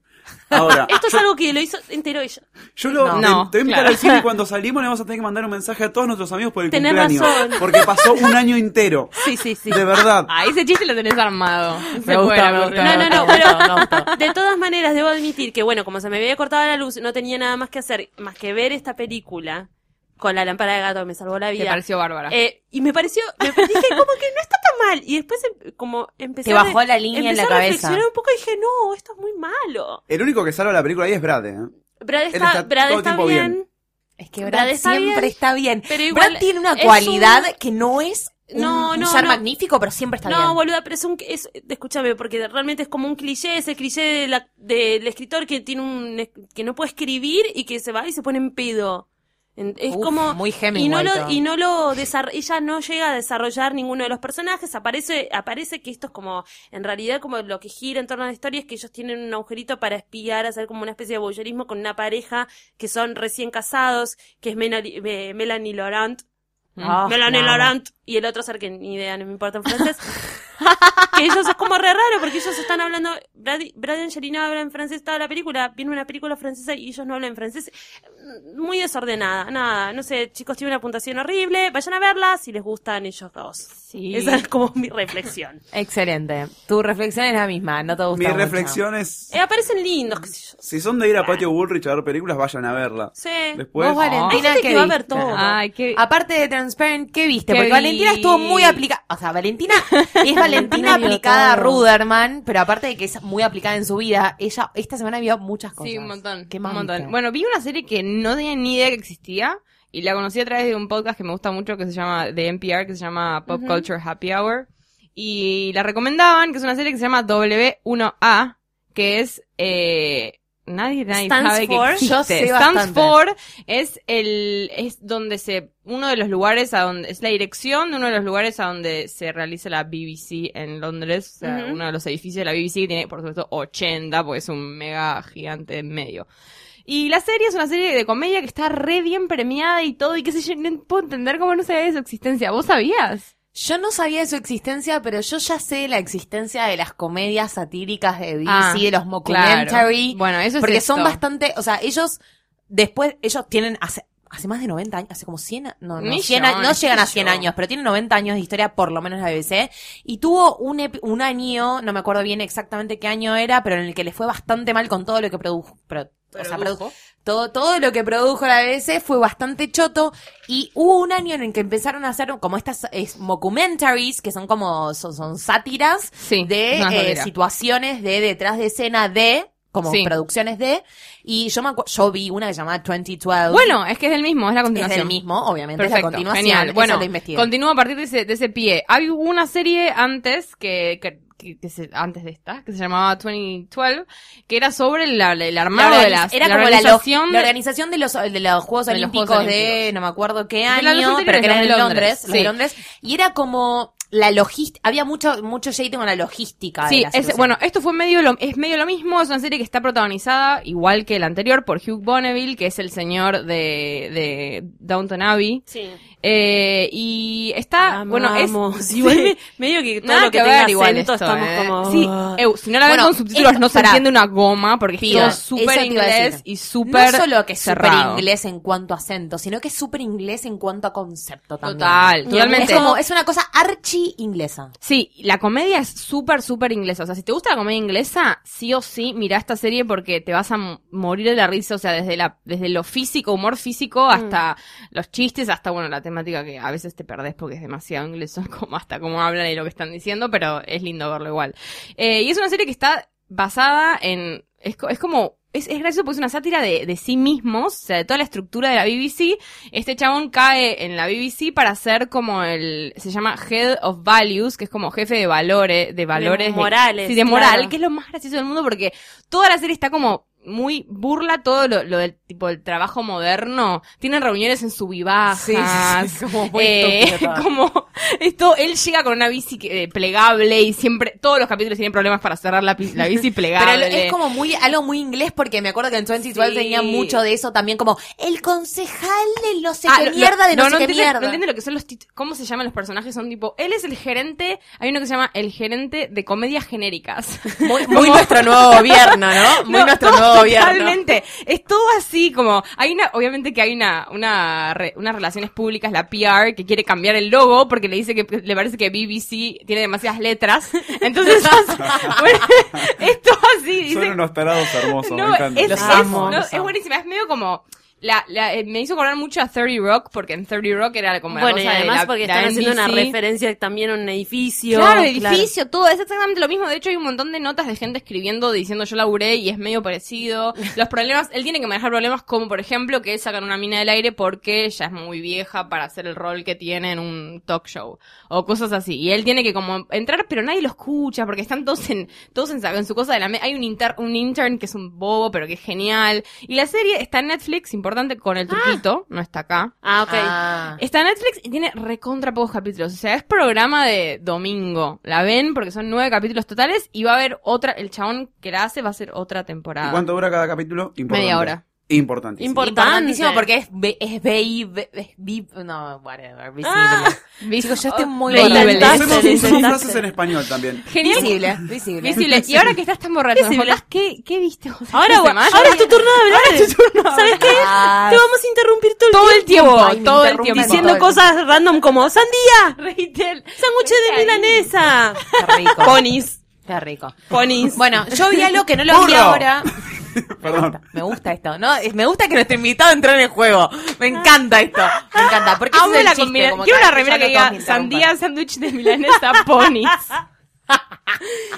[SPEAKER 4] Ahora,
[SPEAKER 1] Esto es algo que lo hizo entero ella.
[SPEAKER 4] yo lo
[SPEAKER 2] No.
[SPEAKER 4] te-
[SPEAKER 3] No,
[SPEAKER 4] te voy a invitar
[SPEAKER 3] claro.
[SPEAKER 4] al cine y cuando salimos le vamos a tener que mandar un mensaje a todos nuestros amigos por el
[SPEAKER 1] Tenés
[SPEAKER 4] cumpleaños.
[SPEAKER 1] razón.
[SPEAKER 4] Porque pasó un año entero.
[SPEAKER 1] Sí, sí, sí.
[SPEAKER 4] De verdad.
[SPEAKER 3] Ah, ese chiste lo tenés armado.
[SPEAKER 2] me gusta, me gusta.
[SPEAKER 1] No, no, no,
[SPEAKER 2] me gusta,
[SPEAKER 1] pero-
[SPEAKER 2] me gusta.
[SPEAKER 1] De todas maneras, debo admitir que, bueno, como se me había cortado la luz, no tenía nada más que hacer, más que ver esta película con la lámpara de gato, me salvó la
[SPEAKER 3] Te
[SPEAKER 1] vida.
[SPEAKER 3] pareció bárbara.
[SPEAKER 1] Eh, y me pareció, me dije, como que no está tan mal. Y después, em- como empecé
[SPEAKER 2] Te
[SPEAKER 1] a
[SPEAKER 2] bajó
[SPEAKER 1] re-
[SPEAKER 2] la línea en
[SPEAKER 1] empecé
[SPEAKER 2] la
[SPEAKER 1] a
[SPEAKER 2] cabeza.
[SPEAKER 1] reflexionar un poco y dije, no, esto es muy malo.
[SPEAKER 4] El único que salva la película ahí es Brad, ¿eh?
[SPEAKER 1] Brad
[SPEAKER 4] Él
[SPEAKER 1] está,
[SPEAKER 4] está
[SPEAKER 1] Brad
[SPEAKER 4] todo el
[SPEAKER 1] está
[SPEAKER 4] tiempo
[SPEAKER 1] bien.
[SPEAKER 4] bien.
[SPEAKER 2] Es que
[SPEAKER 1] Brad
[SPEAKER 2] Brad
[SPEAKER 1] está
[SPEAKER 2] siempre
[SPEAKER 1] bien,
[SPEAKER 2] está bien.
[SPEAKER 1] pero igual
[SPEAKER 2] Brad tiene una
[SPEAKER 1] es
[SPEAKER 2] cualidad
[SPEAKER 1] un-
[SPEAKER 2] que no es un,
[SPEAKER 1] No,
[SPEAKER 2] un
[SPEAKER 1] no,
[SPEAKER 2] ser
[SPEAKER 1] no.
[SPEAKER 2] magnífico, pero siempre está
[SPEAKER 1] no,
[SPEAKER 2] bien.
[SPEAKER 1] boluda, pero es un. Es, escúchame, porque realmente es como un cliché, ese cliché de la- del escritor que tiene un es- que no puede escribir y que se va y se pone en pedo. En- Es
[SPEAKER 2] Uf,
[SPEAKER 1] como.
[SPEAKER 2] muy
[SPEAKER 1] y no
[SPEAKER 2] Hemingway
[SPEAKER 1] lo,
[SPEAKER 2] todo.
[SPEAKER 1] y no lo desar- ella no llega a desarrollar ninguno de los personajes, aparece, aparece que esto es como, en realidad como lo que gira en torno a la historia es que ellos tienen un agujerito para espiar, hacer como una especie de voyeurismo con una pareja que son recién casados, que es Menali- eh, Melanie Laurent,
[SPEAKER 2] Ah,
[SPEAKER 1] Melanie
[SPEAKER 2] nada.
[SPEAKER 1] Laurent y el otro ser que ni idea, no me importa en francés. que ellos es como re raro porque ellos están hablando. Brad, Brad y Angelina hablan en francés toda la película. Viene una película francesa y ellos no hablan en francés. Mm, Muy desordenada, nada. No sé, chicos, tiene una puntuación horrible. Vayan a verla si les gustan ellos dos.
[SPEAKER 3] Sí.
[SPEAKER 1] Esa es como mi reflexión.
[SPEAKER 2] Excelente. Tu reflexión es la misma, no te gusta.
[SPEAKER 4] Mi
[SPEAKER 2] mucho.
[SPEAKER 4] reflexión es.
[SPEAKER 1] Eh, aparecen lindos, qué sé yo.
[SPEAKER 4] Si son de ir a Patio Bullrich a ver películas, vayan a verla.
[SPEAKER 1] Sí.
[SPEAKER 4] Después. ah,
[SPEAKER 2] Vos, Valentina,
[SPEAKER 1] Hay gente
[SPEAKER 2] ¿qué
[SPEAKER 1] que va a
[SPEAKER 2] viste?
[SPEAKER 1] ver todo.
[SPEAKER 3] Ay, qué...
[SPEAKER 2] Aparte de Transparent, ¿qué viste?
[SPEAKER 3] ¿Qué
[SPEAKER 2] Porque
[SPEAKER 3] vi?
[SPEAKER 2] Valentina estuvo muy aplicada. O sea, Valentina es Valentina
[SPEAKER 1] Valentina vio
[SPEAKER 2] aplicada a
[SPEAKER 1] todo.
[SPEAKER 2] Ruderman, pero aparte de que es muy aplicada en su vida, ella esta semana vio muchas cosas.
[SPEAKER 3] Sí, un montón.
[SPEAKER 2] ¿Qué
[SPEAKER 3] un
[SPEAKER 2] más
[SPEAKER 3] montón.
[SPEAKER 2] viste?
[SPEAKER 3] Bueno, vi una serie que no tenía ni idea que existía y la conocí a través de un podcast que me gusta mucho que se llama de NPR que se llama Pop Culture Happy Hour y la recomendaban que es una serie que se llama W1A que es eh, nadie nadie
[SPEAKER 1] Stands
[SPEAKER 3] sabe que
[SPEAKER 1] for-
[SPEAKER 3] existe.
[SPEAKER 2] Yo sé
[SPEAKER 3] Stands
[SPEAKER 2] bastante.
[SPEAKER 3] for es el es donde se uno de los lugares a donde es la dirección de uno de los lugares a donde se realiza la BBC en Londres, o sea,
[SPEAKER 1] Ujú.
[SPEAKER 3] uno de los edificios de la BBC que tiene por supuesto 80 porque es un mega gigante en medio. Y la serie es una serie de comedia que está re bien premiada y todo, y qué sé yo, no puedo entender cómo no sabía de su existencia. ¿Vos sabías?
[SPEAKER 2] Yo no sabía de su existencia, pero yo ya sé la existencia de las comedias satíricas de BBC,
[SPEAKER 3] Ah,
[SPEAKER 2] de los
[SPEAKER 3] Claro.
[SPEAKER 2] mockumentary.
[SPEAKER 3] Bueno, eso es
[SPEAKER 2] porque son
[SPEAKER 3] esto.
[SPEAKER 2] bastante, o sea, ellos después, ellos tienen hace, hace más de 90 años, hace como 100, a- no, no,
[SPEAKER 3] Millones,
[SPEAKER 2] 100 a- no llegan a
[SPEAKER 3] qué sé
[SPEAKER 2] 100
[SPEAKER 3] yo.
[SPEAKER 2] años, pero tienen 90 años de historia, por lo menos la BBC, y tuvo un, epi- un año, no me acuerdo bien exactamente qué año era, pero en el que les fue bastante mal con todo lo que produjo. pro- o sea, produ- todo, todo lo que produjo la BBC fue bastante choto y hubo un año en el que empezaron a hacer como estas es, mockumentaries, que son como, son, son sátiras
[SPEAKER 3] Sí,
[SPEAKER 2] de
[SPEAKER 3] es una
[SPEAKER 2] eh,
[SPEAKER 3] sátira.
[SPEAKER 2] situaciones de detrás de escena de, como
[SPEAKER 3] Sí.
[SPEAKER 2] producciones de, y yo me acu- yo vi una que llamaba 2012.
[SPEAKER 3] Bueno, es que es del mismo, es la
[SPEAKER 2] es
[SPEAKER 3] continuación.
[SPEAKER 2] del mismo, obviamente, es la
[SPEAKER 3] Perfecto,
[SPEAKER 2] continuación.
[SPEAKER 3] genial.
[SPEAKER 2] eso
[SPEAKER 3] Bueno,
[SPEAKER 2] lo investigué.
[SPEAKER 3] continúo a partir de ese, de ese pie. Hay una serie antes que, que, que- que se- antes de esta, que se llamaba 2012, que era sobre la- la- el
[SPEAKER 2] La
[SPEAKER 3] armado
[SPEAKER 2] organiz-
[SPEAKER 3] de las,
[SPEAKER 2] era
[SPEAKER 3] la
[SPEAKER 2] como la, lo-
[SPEAKER 3] organización
[SPEAKER 2] la
[SPEAKER 3] de-
[SPEAKER 2] organización de los, de los Juegos
[SPEAKER 3] de los
[SPEAKER 2] Olímpicos
[SPEAKER 3] Juegos
[SPEAKER 2] de,
[SPEAKER 3] Olímpicos.
[SPEAKER 2] no me acuerdo qué
[SPEAKER 3] De los
[SPEAKER 2] año,
[SPEAKER 3] anteriores,
[SPEAKER 2] pero que
[SPEAKER 3] los
[SPEAKER 2] eran
[SPEAKER 3] de
[SPEAKER 2] en Londres,
[SPEAKER 3] Londres,
[SPEAKER 2] los
[SPEAKER 3] sí.
[SPEAKER 2] de Londres, y era como la logística, había mucho, mucho shading con la logística. de
[SPEAKER 3] Sí,
[SPEAKER 2] la
[SPEAKER 3] es,
[SPEAKER 2] situación.
[SPEAKER 3] bueno, esto fue medio lo, es medio lo mismo, es una serie que está protagonizada, igual que la anterior, por Hugh Bonneville, que es el señor de, de Downton Abbey.
[SPEAKER 1] Sí.
[SPEAKER 3] Eh, y está, bueno, es...
[SPEAKER 1] Amamos. Igual me- medio que todo
[SPEAKER 3] Nada
[SPEAKER 1] lo que,
[SPEAKER 3] que
[SPEAKER 1] tenga
[SPEAKER 3] ver igual
[SPEAKER 1] acento
[SPEAKER 3] esto,
[SPEAKER 1] estamos
[SPEAKER 3] eh.
[SPEAKER 1] como...
[SPEAKER 3] Sí, eu, si no la
[SPEAKER 2] "Ah".
[SPEAKER 3] ven
[SPEAKER 2] Bueno,
[SPEAKER 3] con subtítulos
[SPEAKER 2] esto-
[SPEAKER 3] no se
[SPEAKER 2] pará.
[SPEAKER 3] entiende una goma porque es
[SPEAKER 2] Pido,
[SPEAKER 3] todo
[SPEAKER 2] eso
[SPEAKER 3] súper
[SPEAKER 2] te iba a
[SPEAKER 3] inglés
[SPEAKER 2] decir.
[SPEAKER 3] y súper
[SPEAKER 2] no solo que es súper
[SPEAKER 3] cerrado.
[SPEAKER 2] inglés en cuanto a acento, sino que es súper inglés en cuanto a concepto también.
[SPEAKER 3] Total, totalmente.
[SPEAKER 2] Es como, es una cosa archi inglesa.
[SPEAKER 3] Sí, la comedia es súper, súper inglesa. O sea, si te gusta la comedia inglesa, sí o sí, mirá esta serie porque te vas a m- morir de la risa. O sea, desde, la, desde lo físico, humor
[SPEAKER 2] Mm.
[SPEAKER 3] físico, hasta los chistes, hasta, bueno, la temática que a veces te perdés porque es demasiado inglesa, como hasta cómo hablan y lo que están diciendo, pero es lindo verlo igual. Eh, y es una serie que está basada en... Es, co- es como es, es gracioso porque es una sátira de, de sí mismos, o sea, de toda la estructura de la BBC. Este chabón cae en la BBC para ser como el, se llama Head of Values, que es como jefe de valores, de valores.
[SPEAKER 1] morales,
[SPEAKER 3] sí, de moral,
[SPEAKER 1] claro.
[SPEAKER 3] que es lo más gracioso del mundo porque toda la serie está como muy burla todo lo, lo del tipo el trabajo moderno. Tienen reuniones en subibajas.
[SPEAKER 2] Sí, sí, sí, como muy estúpido todo.
[SPEAKER 3] como esto, él llega con una bici que- eh, plegable y siempre, todos los capítulos tienen problemas para cerrar la, pi- la bici plegable.
[SPEAKER 2] Pero es como muy, algo muy inglés porque me acuerdo que en 2012
[SPEAKER 3] Sí.
[SPEAKER 2] tenía mucho de eso también, como el concejal de no sé
[SPEAKER 3] Ah,
[SPEAKER 2] qué
[SPEAKER 3] lo- lo-
[SPEAKER 2] mierda, de no, sé qué
[SPEAKER 3] entiende-
[SPEAKER 2] mierda.
[SPEAKER 3] No entiende lo que son los tit- cómo se llaman los personajes, son tipo, él es el gerente, hay uno que se llama el gerente de comedias genéricas.
[SPEAKER 2] muy, muy nuestro nuevo gobierno, ¿no? Muy
[SPEAKER 3] No,
[SPEAKER 2] nuestro
[SPEAKER 3] todo
[SPEAKER 2] nuevo gobierno.
[SPEAKER 3] Totalmente. Es todo así como hay una obviamente que hay una una re- unas relaciones públicas la PR que quiere cambiar el logo porque le dice que le parece que BBC tiene demasiadas letras. Entonces bueno, es todo así.
[SPEAKER 4] Son
[SPEAKER 3] dice-
[SPEAKER 4] unos tarados hermosos,
[SPEAKER 3] no,
[SPEAKER 4] me encanta.
[SPEAKER 3] es,
[SPEAKER 2] Los
[SPEAKER 3] es-
[SPEAKER 2] amo,
[SPEAKER 3] no,
[SPEAKER 2] los
[SPEAKER 3] es
[SPEAKER 2] amo.
[SPEAKER 3] buenísima. Es medio como la, la- eh, me hizo acordar mucho a 30 Rock porque en 30 Rock era como la
[SPEAKER 1] Bueno, y
[SPEAKER 3] cosa de
[SPEAKER 1] además
[SPEAKER 3] la-
[SPEAKER 1] porque
[SPEAKER 3] la
[SPEAKER 1] están haciendo una
[SPEAKER 3] NBC.
[SPEAKER 1] referencia también a un edificio.
[SPEAKER 3] Claro, edificio, todo, es exactamente lo mismo. De hecho, hay un montón de notas de gente escribiendo diciendo yo laburé y es medio parecido. Los problemas, él tiene que manejar problemas como, por ejemplo, que sacan una mina del aire porque ella es muy vieja para hacer el rol que tiene en un talk show o cosas así. Y él tiene que como entrar, pero nadie lo escucha porque están todos en, todos en, sa- en su cosa de la me- Hay un, inter- un intern que es un bobo, pero que es genial. Y la serie está en Netflix, importante, con el truquito, no está acá.
[SPEAKER 1] Ah, ok.
[SPEAKER 2] Ah.
[SPEAKER 3] Está en Netflix y tiene recontra pocos capítulos. O sea, es programa de domingo. La ven porque son nueve capítulos totales y va a haber otra. El chabón que la hace va a hacer otra temporada.
[SPEAKER 4] ¿Y cuánto dura cada capítulo? Importante.
[SPEAKER 3] Media hora.
[SPEAKER 4] Importante.
[SPEAKER 1] Impor-
[SPEAKER 2] Importantísimo
[SPEAKER 1] Importante.
[SPEAKER 2] porque es, B- es BI, B- es B- no, whatever, visible.
[SPEAKER 3] Ah,
[SPEAKER 2] Chicos, yo estoy muy
[SPEAKER 3] Visible.
[SPEAKER 2] borracha.
[SPEAKER 1] Inventaste,
[SPEAKER 4] Hacemos hacemos
[SPEAKER 1] inventaste.
[SPEAKER 4] frases en español también.
[SPEAKER 3] Genial.
[SPEAKER 2] Visible, visible.
[SPEAKER 3] Visible. Y ahora que estás tan borracho, Nicolás, ¿qué, ¿qué viste? vos esta
[SPEAKER 1] Ahora,
[SPEAKER 3] semana?
[SPEAKER 1] ahora es tu turno de hablar. ¿Sabes qué?
[SPEAKER 2] Ah.
[SPEAKER 1] Te vamos a interrumpir todo el
[SPEAKER 3] Todo el tiempo,
[SPEAKER 2] Ay, me
[SPEAKER 3] todo el
[SPEAKER 2] interrumpen
[SPEAKER 3] tiempo.
[SPEAKER 2] todo
[SPEAKER 1] diciendo
[SPEAKER 2] el-
[SPEAKER 1] cosas random como sandía,
[SPEAKER 3] Reitel.
[SPEAKER 1] sándwiches de milanesa,
[SPEAKER 2] Qué rico.
[SPEAKER 1] ponis,
[SPEAKER 2] Qué rico.
[SPEAKER 1] ponis.
[SPEAKER 2] Bueno, yo vi algo que no lo vi
[SPEAKER 4] Burro.
[SPEAKER 2] ahora.
[SPEAKER 4] Perdón.
[SPEAKER 2] Me gusta esto, ¿no? Es- Me gusta que nuestro invitado entró en el juego. Me encanta esto. Me encanta. Porque ese
[SPEAKER 3] Amo
[SPEAKER 2] es el
[SPEAKER 3] la
[SPEAKER 2] chiste,
[SPEAKER 3] combina-
[SPEAKER 2] como
[SPEAKER 3] Quiero
[SPEAKER 2] cada
[SPEAKER 3] una
[SPEAKER 2] vez
[SPEAKER 3] remera que
[SPEAKER 2] ya no
[SPEAKER 3] diga
[SPEAKER 2] todos me
[SPEAKER 3] sandía, sándwich de milanesa, ponis.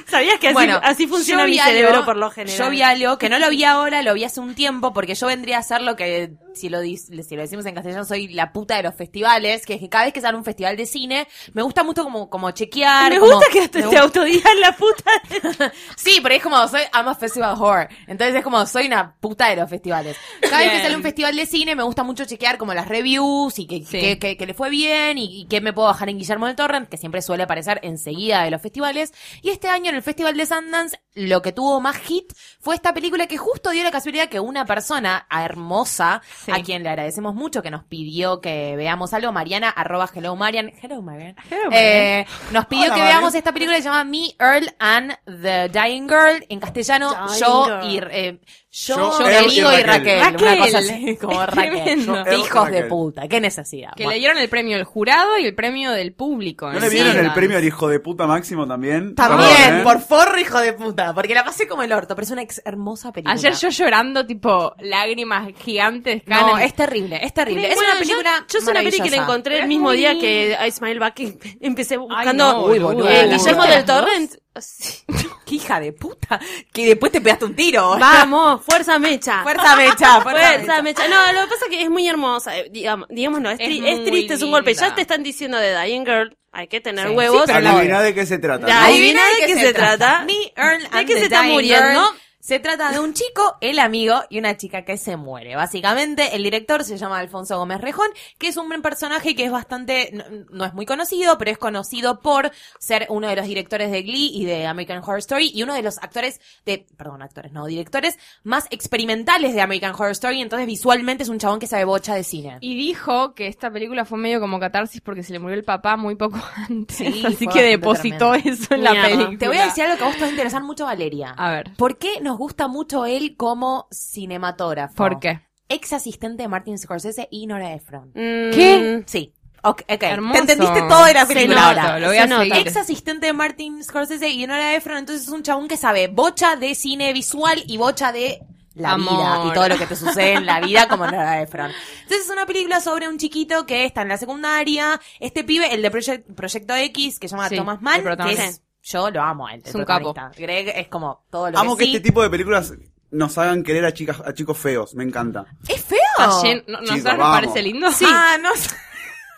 [SPEAKER 1] ¿Sabías que así,
[SPEAKER 2] Bueno,
[SPEAKER 1] así funciona
[SPEAKER 2] yo
[SPEAKER 1] mi
[SPEAKER 2] vi algo-
[SPEAKER 1] cerebro por lo general?
[SPEAKER 2] Yo vi algo que no lo vi ahora, lo vi hace un tiempo, porque yo vendría a hacer lo que, si lo, dis- si lo decimos en castellano, soy la puta de los festivales, que es que cada vez que sale un festival de cine, me gusta mucho como, como chequear.
[SPEAKER 1] me
[SPEAKER 2] como-
[SPEAKER 1] gusta que hasta
[SPEAKER 2] me
[SPEAKER 1] te autodigas la puta.
[SPEAKER 2] Sí, pero es como, soy, I'm a festival whore. Entonces es como, soy una puta de los festivales. Cada vez
[SPEAKER 3] Bien.
[SPEAKER 2] que sale un festival de cine, me gusta mucho chequear como las reviews y que,
[SPEAKER 3] Sí.
[SPEAKER 2] que- que- que le fue bien y, y que me puedo bajar en Guillermo del Torrent, que siempre suele aparecer enseguida de los festivales. Y este año en el Festival de Sundance, lo que tuvo más hit fue esta película que justo dio la casualidad que una persona hermosa,
[SPEAKER 3] Sí.
[SPEAKER 2] a quien le agradecemos mucho, que nos pidió que veamos algo, Mariana, arroba hello Marian, hello Marian,
[SPEAKER 3] Hello,
[SPEAKER 2] Eh, nos pidió
[SPEAKER 4] Hola,
[SPEAKER 2] que
[SPEAKER 4] Marian.
[SPEAKER 2] veamos esta película que se llama Me, Earl and the Dying Girl, en castellano,
[SPEAKER 1] Dying
[SPEAKER 2] yo
[SPEAKER 1] Girl.
[SPEAKER 2] y eh, yo,
[SPEAKER 4] Yo,
[SPEAKER 2] te
[SPEAKER 4] Earl y
[SPEAKER 2] digo y Raquel,
[SPEAKER 4] Raquel.
[SPEAKER 2] una
[SPEAKER 3] Raquel.
[SPEAKER 2] cosa así, como
[SPEAKER 3] Es
[SPEAKER 2] Raquel, Yo,
[SPEAKER 3] tremendo.
[SPEAKER 4] Earl,
[SPEAKER 2] hijos de
[SPEAKER 4] Raquel.
[SPEAKER 2] puta, qué necesidad.
[SPEAKER 3] Que
[SPEAKER 2] Bueno.
[SPEAKER 3] le dieron el premio el jurado y el premio del público.
[SPEAKER 4] ¿No
[SPEAKER 3] en
[SPEAKER 4] le vieron el
[SPEAKER 3] Sundance.
[SPEAKER 4] premio al hijo de puta máximo también? Perdón,
[SPEAKER 2] También,
[SPEAKER 4] ¿eh?
[SPEAKER 2] por forro, hijo de puta, porque la pasé como el orto, pero es una ex- hermosa película.
[SPEAKER 3] Ayer yo llorando, tipo, lágrimas gigantes, caen
[SPEAKER 2] No,
[SPEAKER 3] en-
[SPEAKER 2] es terrible, es terrible. Es
[SPEAKER 1] Bueno,
[SPEAKER 2] una película
[SPEAKER 1] Yo, yo es una peli que la
[SPEAKER 2] maravillosa.
[SPEAKER 1] encontré el
[SPEAKER 3] Es
[SPEAKER 1] mismo
[SPEAKER 3] muy
[SPEAKER 1] día
[SPEAKER 3] linda.
[SPEAKER 1] que a Ismael Bach empecé buscando
[SPEAKER 3] no, Uy, boluda.
[SPEAKER 1] eh,
[SPEAKER 3] boluda.
[SPEAKER 1] Guillermo
[SPEAKER 2] ¿Las
[SPEAKER 1] del
[SPEAKER 2] dos?
[SPEAKER 1] Torrent. Sí.
[SPEAKER 2] Qué hija de puta, que después te pegaste un tiro.
[SPEAKER 1] Vamos, fuerza mecha.
[SPEAKER 2] Fuerza mecha, fuerza, mecha.
[SPEAKER 1] Fuerza, mecha. No, lo que pasa es que es muy hermosa. eh, digamos- digámoslo, es,
[SPEAKER 3] Es
[SPEAKER 1] tri-
[SPEAKER 3] muy
[SPEAKER 1] es triste, es un golpe.
[SPEAKER 3] linda.
[SPEAKER 1] Ya te están diciendo de Dying Girl, hay que tener
[SPEAKER 2] Sí,
[SPEAKER 1] huevos.
[SPEAKER 2] sí, pero la-
[SPEAKER 4] Adiviná de qué se trata.
[SPEAKER 1] Ya,
[SPEAKER 4] ¿no?
[SPEAKER 1] ahí- Adivina de qué se trata.
[SPEAKER 2] Me, Earl
[SPEAKER 1] ¿De
[SPEAKER 2] and
[SPEAKER 1] qué
[SPEAKER 2] the
[SPEAKER 1] se está
[SPEAKER 2] Dying
[SPEAKER 1] muriendo?
[SPEAKER 2] Girl. Se trata de un chico, el amigo y una chica que se muere. Básicamente, el director se llama Alfonso Gómez Rejón, que es un buen personaje que es bastante, no, no es muy conocido, pero es conocido por ser uno de los directores de Glee y de American Horror Story y uno de los actores de, perdón, actores, no, directores más experimentales de American Horror Story. Entonces, visualmente es un chabón que sabe bocha de cine.
[SPEAKER 3] Y dijo que esta película fue medio como catarsis porque se le murió el papá muy poco antes.
[SPEAKER 2] Sí,
[SPEAKER 3] así
[SPEAKER 2] fue
[SPEAKER 3] que
[SPEAKER 2] bastante
[SPEAKER 3] depositó
[SPEAKER 2] tremendo.
[SPEAKER 3] eso en la
[SPEAKER 1] Mierda.
[SPEAKER 3] película.
[SPEAKER 2] Te voy a decir algo que a vos te va a interesar mucho, Valeria.
[SPEAKER 3] A ver.
[SPEAKER 2] ¿Por qué nos gusta mucho él como cinematógrafo?
[SPEAKER 3] ¿Por qué?
[SPEAKER 2] Ex asistente de Martin Scorsese y Nora Ephron.
[SPEAKER 1] Mm,
[SPEAKER 3] ¿Qué?
[SPEAKER 2] Sí. Ok, ok.
[SPEAKER 3] Hermoso.
[SPEAKER 2] Te entendiste todo de la película
[SPEAKER 3] Se
[SPEAKER 2] ahora.
[SPEAKER 3] nota, lo voy a
[SPEAKER 1] Se nota.
[SPEAKER 3] seguir.
[SPEAKER 2] Ex asistente de Martin Scorsese y Nora Ephron, entonces es un chabón que sabe bocha de cine visual y bocha de la vida
[SPEAKER 3] Amor.
[SPEAKER 2] y todo lo que te sucede en la vida como Nora Ephron. Entonces es una película sobre un chiquito que está en la secundaria, este pibe, el de Project- Proyecto X, que se llama
[SPEAKER 3] Sí,
[SPEAKER 2] Thomas
[SPEAKER 3] el
[SPEAKER 2] Mann, que
[SPEAKER 3] protagonista.
[SPEAKER 2] es- yo lo amo a él. el
[SPEAKER 3] Es un
[SPEAKER 2] protagonista. Greg es como todo lo
[SPEAKER 4] Amo
[SPEAKER 2] que,
[SPEAKER 4] que
[SPEAKER 3] este
[SPEAKER 2] sí.
[SPEAKER 4] este tipo de películas nos hagan querer a chicas, a chicos feos. Me encanta.
[SPEAKER 2] ¿Es feo?
[SPEAKER 3] Está lleno- ¿No, no
[SPEAKER 4] Chicos,
[SPEAKER 3] sé, nos
[SPEAKER 4] vamos.
[SPEAKER 3] parece lindo?
[SPEAKER 2] Ah, no sé.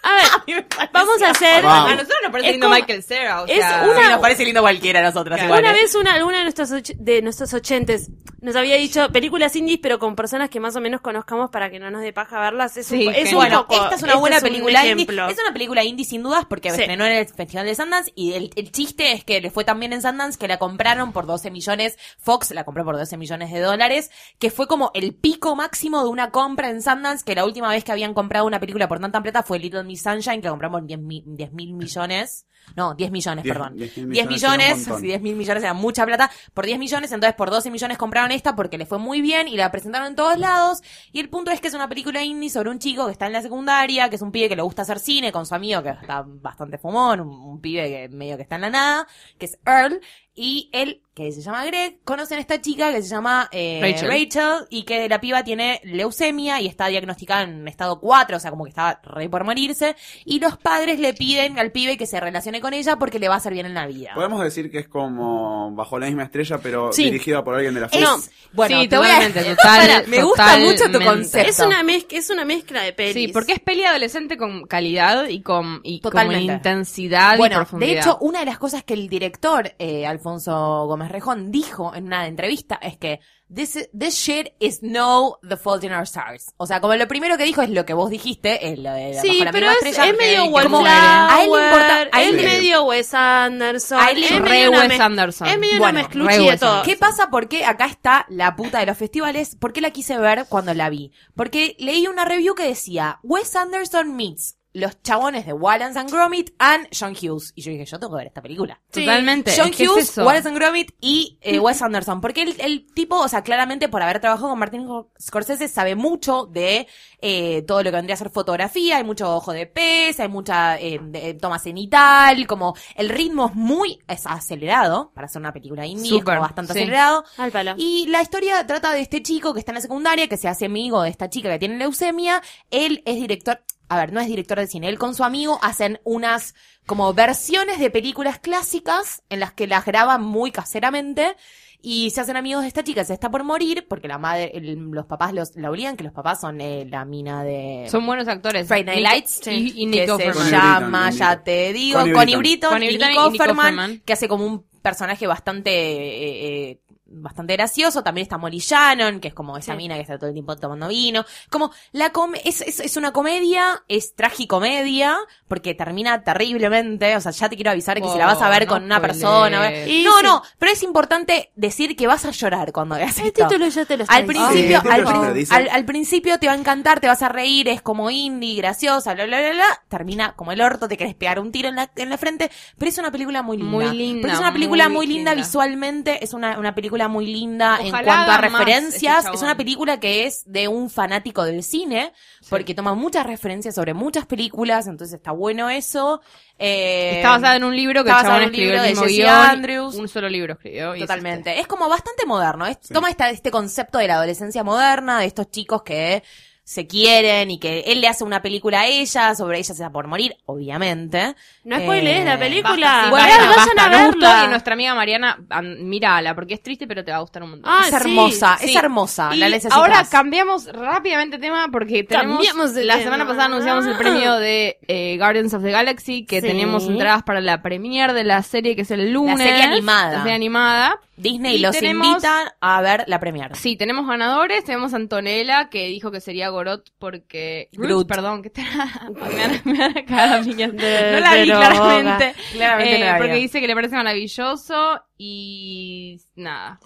[SPEAKER 1] A ver,
[SPEAKER 2] mí me parece-
[SPEAKER 1] vamos a hacer.
[SPEAKER 4] Vamos.
[SPEAKER 3] A nosotros nos parece
[SPEAKER 1] Es
[SPEAKER 3] lindo
[SPEAKER 1] como-
[SPEAKER 3] Michael Cera, o
[SPEAKER 1] es
[SPEAKER 3] sea...
[SPEAKER 1] una-
[SPEAKER 2] Sí, nos parece lindo cualquiera a nosotras igual.
[SPEAKER 1] Una
[SPEAKER 2] ¿eh?
[SPEAKER 1] vez una, alguna de nuestros, och- de nuestros ochentes nos había dicho películas indies, pero con personas que más o menos conozcamos para que no nos dé paja verlas. Es un,
[SPEAKER 3] Sí,
[SPEAKER 1] po- es
[SPEAKER 3] que-
[SPEAKER 1] un
[SPEAKER 2] bueno,
[SPEAKER 1] poco-
[SPEAKER 2] esta es una
[SPEAKER 1] este
[SPEAKER 2] buena
[SPEAKER 1] un
[SPEAKER 2] película
[SPEAKER 1] ejemplo.
[SPEAKER 2] indie. Es una película indie sin dudas porque
[SPEAKER 1] Sí.
[SPEAKER 2] estrenó en el Festival de Sundance y el, el chiste es que le fue tan bien en Sundance que la compraron por 12 millones, Fox la compró por 12 millones de dólares, que fue como el pico máximo de una compra en Sundance, que la última vez que habían comprado una película por tanta plata fue Little Miss Sunshine, que la compramos 10 mil, 10 mil millones. No, 10 millones,
[SPEAKER 4] Diez-
[SPEAKER 2] perdón. 10
[SPEAKER 4] diez mil
[SPEAKER 2] millones,
[SPEAKER 4] millones era un montón.
[SPEAKER 2] sí, 10 mil millones era mucha plata. Por 10 millones, entonces por 12 millones compraron esta porque le fue muy bien y la presentaron en todos lados. Y el punto es que es una película indie sobre un chico que está en la secundaria, que es un pibe que le gusta hacer cine con su amigo que está bastante fumón, un, un pibe que medio que está en la nada, que es Earl. Y él, que se llama Greg, conocen a esta chica que se llama eh,
[SPEAKER 3] Rachel.
[SPEAKER 2] Rachel y que la piba tiene leucemia y está diagnosticada en un estado 4, o sea, como que estaba re por morirse. Y los padres le piden al pibe que se relacione con ella porque le va a hacer bien en la vida.
[SPEAKER 4] Podemos decir que es como bajo la misma estrella, pero
[SPEAKER 1] Sí.
[SPEAKER 4] dirigida por alguien de la
[SPEAKER 2] Es-
[SPEAKER 4] Fox.
[SPEAKER 2] bueno,
[SPEAKER 3] Sí,
[SPEAKER 2] te voy a-
[SPEAKER 3] totalmente, total,
[SPEAKER 2] Pará, me gusta mucho tu
[SPEAKER 3] totalmente.
[SPEAKER 2] concepto.
[SPEAKER 1] Es una mezcla, es una mezcla de pelis.
[SPEAKER 3] Sí, porque es peli adolescente con calidad y con, y con
[SPEAKER 2] Totalmente.
[SPEAKER 3] intensidad y
[SPEAKER 2] Bueno,
[SPEAKER 3] profundidad.
[SPEAKER 2] de hecho, una de las cosas que el director eh, Alfonso Gómez Rejón dijo en una entrevista es que this, this shit is no The Fault in Our Stars. O sea, como lo primero que dijo es lo que vos dijiste, es lo de la
[SPEAKER 1] Sí,
[SPEAKER 2] bajo la
[SPEAKER 1] pero
[SPEAKER 2] misma
[SPEAKER 1] es,
[SPEAKER 2] estrella.
[SPEAKER 1] es medio
[SPEAKER 3] que como-
[SPEAKER 1] Wallflower,
[SPEAKER 2] a él le importa- a
[SPEAKER 1] es
[SPEAKER 2] él le-
[SPEAKER 1] medio Wes Anderson,
[SPEAKER 2] A él le
[SPEAKER 1] es
[SPEAKER 2] re
[SPEAKER 1] medio una
[SPEAKER 3] Wes
[SPEAKER 1] mez-
[SPEAKER 3] Anderson.
[SPEAKER 1] es medio
[SPEAKER 2] Bueno,
[SPEAKER 1] una
[SPEAKER 2] re
[SPEAKER 1] mezcluchi de
[SPEAKER 3] Wes
[SPEAKER 1] todo.
[SPEAKER 2] ¿Qué pasa? ¿Por qué acá está la puta de los festivales? ¿Por qué la quise ver cuando la vi? Porque leí una review que decía Wes Anderson meets los chabones de Wallace and Gromit and John Hughes. Y yo dije, yo tengo que ver esta película.
[SPEAKER 1] Sí.
[SPEAKER 3] Totalmente.
[SPEAKER 2] John
[SPEAKER 3] es que es
[SPEAKER 2] Hughes,
[SPEAKER 3] eso.
[SPEAKER 2] Wallace and Gromit y eh, Wes Anderson. Porque el, el tipo, o sea, claramente por haber trabajado con Martin Scorsese, sabe mucho de eh, todo lo que vendría a ser fotografía. Hay mucho ojo de pez, hay mucha eh, de- eh, toma cenital. Como el ritmo es muy es acelerado para hacer una película indie. es
[SPEAKER 3] Súper,
[SPEAKER 2] como bastante
[SPEAKER 3] sí.
[SPEAKER 2] acelerado.
[SPEAKER 1] Al palo.
[SPEAKER 2] Y la historia trata de este chico que está en la secundaria, que se hace amigo de esta chica que tiene leucemia. Él es director, a ver, no es director de cine, él con su amigo hacen unas como versiones de películas clásicas en las que las graban muy caseramente. Y se hacen amigos de esta chica, se está por morir porque la madre, el- los papás los, la obligan, que los papás son eh, la mina de
[SPEAKER 3] Son buenos actores.
[SPEAKER 2] Friday Night
[SPEAKER 3] Nick-
[SPEAKER 2] Lights
[SPEAKER 3] y, y
[SPEAKER 2] que
[SPEAKER 3] Nick
[SPEAKER 2] se
[SPEAKER 3] Offerman.
[SPEAKER 4] Con
[SPEAKER 2] llama,
[SPEAKER 4] Britton, con
[SPEAKER 2] ya
[SPEAKER 4] Britton.
[SPEAKER 2] te digo,
[SPEAKER 4] Con
[SPEAKER 2] Connie
[SPEAKER 4] Britton.
[SPEAKER 2] Britton,
[SPEAKER 3] Con
[SPEAKER 2] y
[SPEAKER 3] Britton
[SPEAKER 2] Nick
[SPEAKER 3] y Nick
[SPEAKER 2] Offerman,
[SPEAKER 3] Offerman.
[SPEAKER 2] que hace como un personaje bastante eh, eh, bastante gracioso. También está Molly Shannon, que es como esa
[SPEAKER 1] Sí.
[SPEAKER 2] mina que está todo el tiempo tomando vino. Como la com es, es, es una comedia, es tragicomedia, porque termina terriblemente. O sea, ya te quiero avisar que si la vas a
[SPEAKER 3] Oh,
[SPEAKER 2] ver
[SPEAKER 3] no
[SPEAKER 2] con una
[SPEAKER 3] spoilees.
[SPEAKER 2] persona... eh,
[SPEAKER 1] Y
[SPEAKER 2] no,
[SPEAKER 1] sí.
[SPEAKER 2] no, pero es importante decir que vas a llorar cuando veas
[SPEAKER 1] el
[SPEAKER 2] esto.
[SPEAKER 1] título ya te lo está
[SPEAKER 2] Al
[SPEAKER 1] diciendo.
[SPEAKER 2] principio,
[SPEAKER 4] Sí,
[SPEAKER 2] al,
[SPEAKER 4] título
[SPEAKER 2] prin-
[SPEAKER 4] te dice.
[SPEAKER 2] al- al principio te va a encantar, te vas a reír, es como indie, graciosa, bla, bla, bla, bla. Termina como el orto, te querés pegar un tiro en la, en la frente, pero es una película muy linda.
[SPEAKER 3] Muy linda,
[SPEAKER 2] Porque es una película muy,
[SPEAKER 3] muy
[SPEAKER 2] linda,
[SPEAKER 3] linda.
[SPEAKER 2] visualmente, es una, una película muy linda en
[SPEAKER 3] Ojalá
[SPEAKER 2] cuanto a
[SPEAKER 3] haga más
[SPEAKER 2] referencias.
[SPEAKER 3] este
[SPEAKER 2] Es una
[SPEAKER 3] chabón.
[SPEAKER 2] película que es de un fanático del cine, porque toma muchas referencias sobre muchas películas, entonces está bueno eso. Eh,
[SPEAKER 3] Está basada en un libro que
[SPEAKER 2] está
[SPEAKER 3] el
[SPEAKER 2] basada
[SPEAKER 3] chabón
[SPEAKER 2] en un
[SPEAKER 3] escribió
[SPEAKER 2] libro
[SPEAKER 3] el
[SPEAKER 2] de
[SPEAKER 3] mismo
[SPEAKER 2] Jesse
[SPEAKER 3] guión.
[SPEAKER 2] Andrews.
[SPEAKER 3] Un solo libro escribió. y es este.
[SPEAKER 2] Totalmente. Es como bastante moderno. Es-
[SPEAKER 4] Sí.
[SPEAKER 2] Toma esta- este concepto de la adolescencia moderna, de estos chicos que se quieren y que él le hace una película a ella, sobre ella se da por morir, obviamente.
[SPEAKER 1] No
[SPEAKER 2] Eh,
[SPEAKER 1] spoilees la película.
[SPEAKER 2] basta, sí,
[SPEAKER 1] Bueno,
[SPEAKER 2] basta,
[SPEAKER 1] vayan a
[SPEAKER 3] nos gustó
[SPEAKER 1] verla.
[SPEAKER 3] y nuestra amiga Mariana, an- mírala, porque es triste, pero te va a gustar un montón.
[SPEAKER 1] Ah,
[SPEAKER 2] es
[SPEAKER 1] sí,
[SPEAKER 2] hermosa, es
[SPEAKER 1] sí.
[SPEAKER 2] hermosa.
[SPEAKER 3] Y
[SPEAKER 2] Ah, la necesitas.
[SPEAKER 3] ahora cambiamos rápidamente tema porque tenemos
[SPEAKER 1] Cambiamos de
[SPEAKER 3] la
[SPEAKER 1] tema.
[SPEAKER 3] semana pasada anunciamos el premio de eh, Guardians of the Galaxy que
[SPEAKER 2] Sí.
[SPEAKER 3] tenemos entradas para la premiere de la serie que es el lunes
[SPEAKER 2] serie animada.
[SPEAKER 3] la serie animada
[SPEAKER 2] Disney
[SPEAKER 3] y
[SPEAKER 2] los
[SPEAKER 3] tenemos-
[SPEAKER 2] invita a ver la premiere.
[SPEAKER 3] sí tenemos ganadores tenemos a Antonella que dijo que sería Gorot porque Groot,
[SPEAKER 2] Groot.
[SPEAKER 3] perdón que te... me van a- me van a cagar a piñas.
[SPEAKER 1] De-
[SPEAKER 3] no la
[SPEAKER 1] de
[SPEAKER 3] vi
[SPEAKER 1] droga.
[SPEAKER 3] claramente
[SPEAKER 2] Claramente
[SPEAKER 3] Eh,
[SPEAKER 2] no la vi.
[SPEAKER 3] porque dice que le parece maravilloso y nada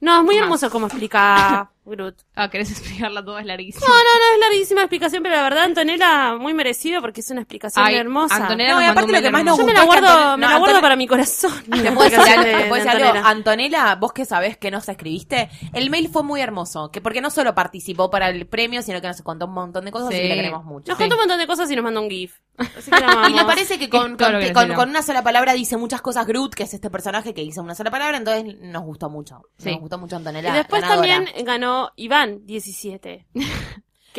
[SPEAKER 1] No, es muy
[SPEAKER 3] Más.
[SPEAKER 1] hermoso como explica Groot.
[SPEAKER 3] ah querés explicarla toda es larguísima
[SPEAKER 1] No, no, no, es larguísima explicación, pero la verdad, Antonela, muy merecido porque es una explicación
[SPEAKER 3] Ay,
[SPEAKER 1] hermosa.
[SPEAKER 3] Antonella
[SPEAKER 2] No, y
[SPEAKER 3] nos mandó
[SPEAKER 2] aparte
[SPEAKER 3] un
[SPEAKER 2] lo que
[SPEAKER 3] mail
[SPEAKER 2] más
[SPEAKER 3] hermoso.
[SPEAKER 2] nos
[SPEAKER 1] Yo me
[SPEAKER 2] gustó
[SPEAKER 1] la
[SPEAKER 2] es que
[SPEAKER 1] guardo,
[SPEAKER 2] Antone-
[SPEAKER 1] me
[SPEAKER 2] no,
[SPEAKER 1] la guardo
[SPEAKER 2] Antone-
[SPEAKER 1] para mi corazón.
[SPEAKER 2] ¿Te
[SPEAKER 1] La
[SPEAKER 2] puedo decir
[SPEAKER 1] explicación
[SPEAKER 2] algo?
[SPEAKER 1] de-
[SPEAKER 2] ¿Te puedo
[SPEAKER 1] de
[SPEAKER 2] decir algo?
[SPEAKER 1] Antonella.
[SPEAKER 2] Antonella, vos que sabés que nos escribiste, el mail fue muy hermoso, que porque no solo participó para el premio, sino que nos contó un montón de cosas
[SPEAKER 3] Sí.
[SPEAKER 2] y la queremos mucho.
[SPEAKER 1] Nos contó un montón de cosas y nos mandó un GIF. Así que la
[SPEAKER 2] Y me
[SPEAKER 1] amamos.
[SPEAKER 2] parece que con,
[SPEAKER 3] Es todo
[SPEAKER 2] con-
[SPEAKER 3] lo que
[SPEAKER 2] que- con-
[SPEAKER 3] necesitamos.
[SPEAKER 2] con una sola palabra dice muchas cosas Groot, que es este personaje que dice una sola palabra, entonces nos gustó mucho.
[SPEAKER 3] Sí.
[SPEAKER 2] Nos gustó mucho Antonella.
[SPEAKER 1] Y después
[SPEAKER 2] ganadora.
[SPEAKER 1] también ganó Iván, 17. Que
[SPEAKER 2] Sí,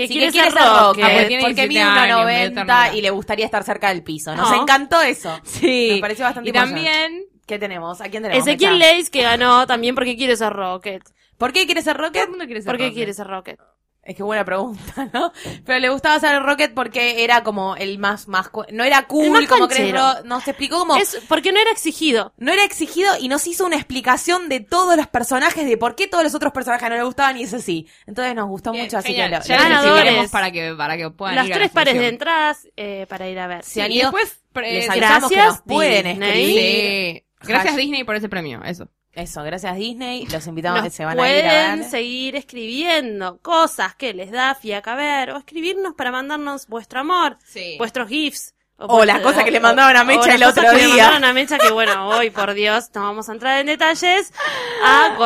[SPEAKER 1] quiere,
[SPEAKER 2] que quiere
[SPEAKER 1] ser rocker.
[SPEAKER 2] rocker,
[SPEAKER 3] Ah, porque tiene
[SPEAKER 2] porque
[SPEAKER 3] 17
[SPEAKER 2] mide
[SPEAKER 3] años, medio
[SPEAKER 2] 1,90
[SPEAKER 3] ternura.
[SPEAKER 2] y le gustaría estar cerca del piso. Nos
[SPEAKER 1] Ah.
[SPEAKER 2] encantó eso.
[SPEAKER 3] Sí.
[SPEAKER 2] Nos pareció bastante
[SPEAKER 3] Y también
[SPEAKER 2] ¿Qué tenemos? ¿A quién tenemos?
[SPEAKER 1] Ezequiel
[SPEAKER 2] Mecha?
[SPEAKER 1] Leis que ganó también porque quiere ser rocket.
[SPEAKER 2] ¿Por qué quiere ser
[SPEAKER 3] Todo
[SPEAKER 2] Rocket?
[SPEAKER 3] el mundo quiere ser
[SPEAKER 1] ¿Por qué
[SPEAKER 3] Rocket.
[SPEAKER 1] quiere ser Rocket?
[SPEAKER 2] Es que buena pregunta, ¿no? Pero le gustaba ser Rocket porque era como el más, más, cu- no era cool,
[SPEAKER 1] más
[SPEAKER 2] como crees,
[SPEAKER 1] canchero.
[SPEAKER 2] Ro- no se explicó como,
[SPEAKER 1] Es porque no era exigido.
[SPEAKER 2] no era exigido y no se hizo una explicación de todos los personajes, de por qué todos los otros personajes no le gustaban y es así. Entonces nos gustó
[SPEAKER 3] Bien,
[SPEAKER 2] mucho, así que
[SPEAKER 3] genial.
[SPEAKER 2] lo,
[SPEAKER 3] ya
[SPEAKER 2] lo
[SPEAKER 1] lo
[SPEAKER 2] recibiremos.
[SPEAKER 3] ganadores.
[SPEAKER 1] Ganadores.
[SPEAKER 3] para que para que puedan
[SPEAKER 1] Las
[SPEAKER 3] ir a la
[SPEAKER 1] tres pares de
[SPEAKER 3] función.
[SPEAKER 1] entradas eh, para ir a ver.
[SPEAKER 2] Sí, han
[SPEAKER 3] y
[SPEAKER 2] ido.
[SPEAKER 3] después eh, pre-
[SPEAKER 2] Les
[SPEAKER 3] sí,
[SPEAKER 2] avisamos que
[SPEAKER 1] Eh, gracias,
[SPEAKER 2] nos pueden
[SPEAKER 1] Disney.
[SPEAKER 2] escribir.
[SPEAKER 3] gracias
[SPEAKER 2] Hash-
[SPEAKER 3] Disney por ese premio eso
[SPEAKER 2] Eso, gracias Disney. Los invitamos,
[SPEAKER 1] Nos
[SPEAKER 2] se van a ir a
[SPEAKER 1] pueden
[SPEAKER 2] ver.
[SPEAKER 1] seguir escribiendo cosas que les da fiaca ver o escribirnos para mandarnos vuestro amor,
[SPEAKER 3] sí
[SPEAKER 1] vuestros gifs.
[SPEAKER 2] O las cosas que le mandaron a Mecha
[SPEAKER 1] o las
[SPEAKER 2] el otro
[SPEAKER 1] cosas que le
[SPEAKER 2] día.
[SPEAKER 1] mandaron a Mecha que bueno, hoy por Dios no vamos a entrar en detalles a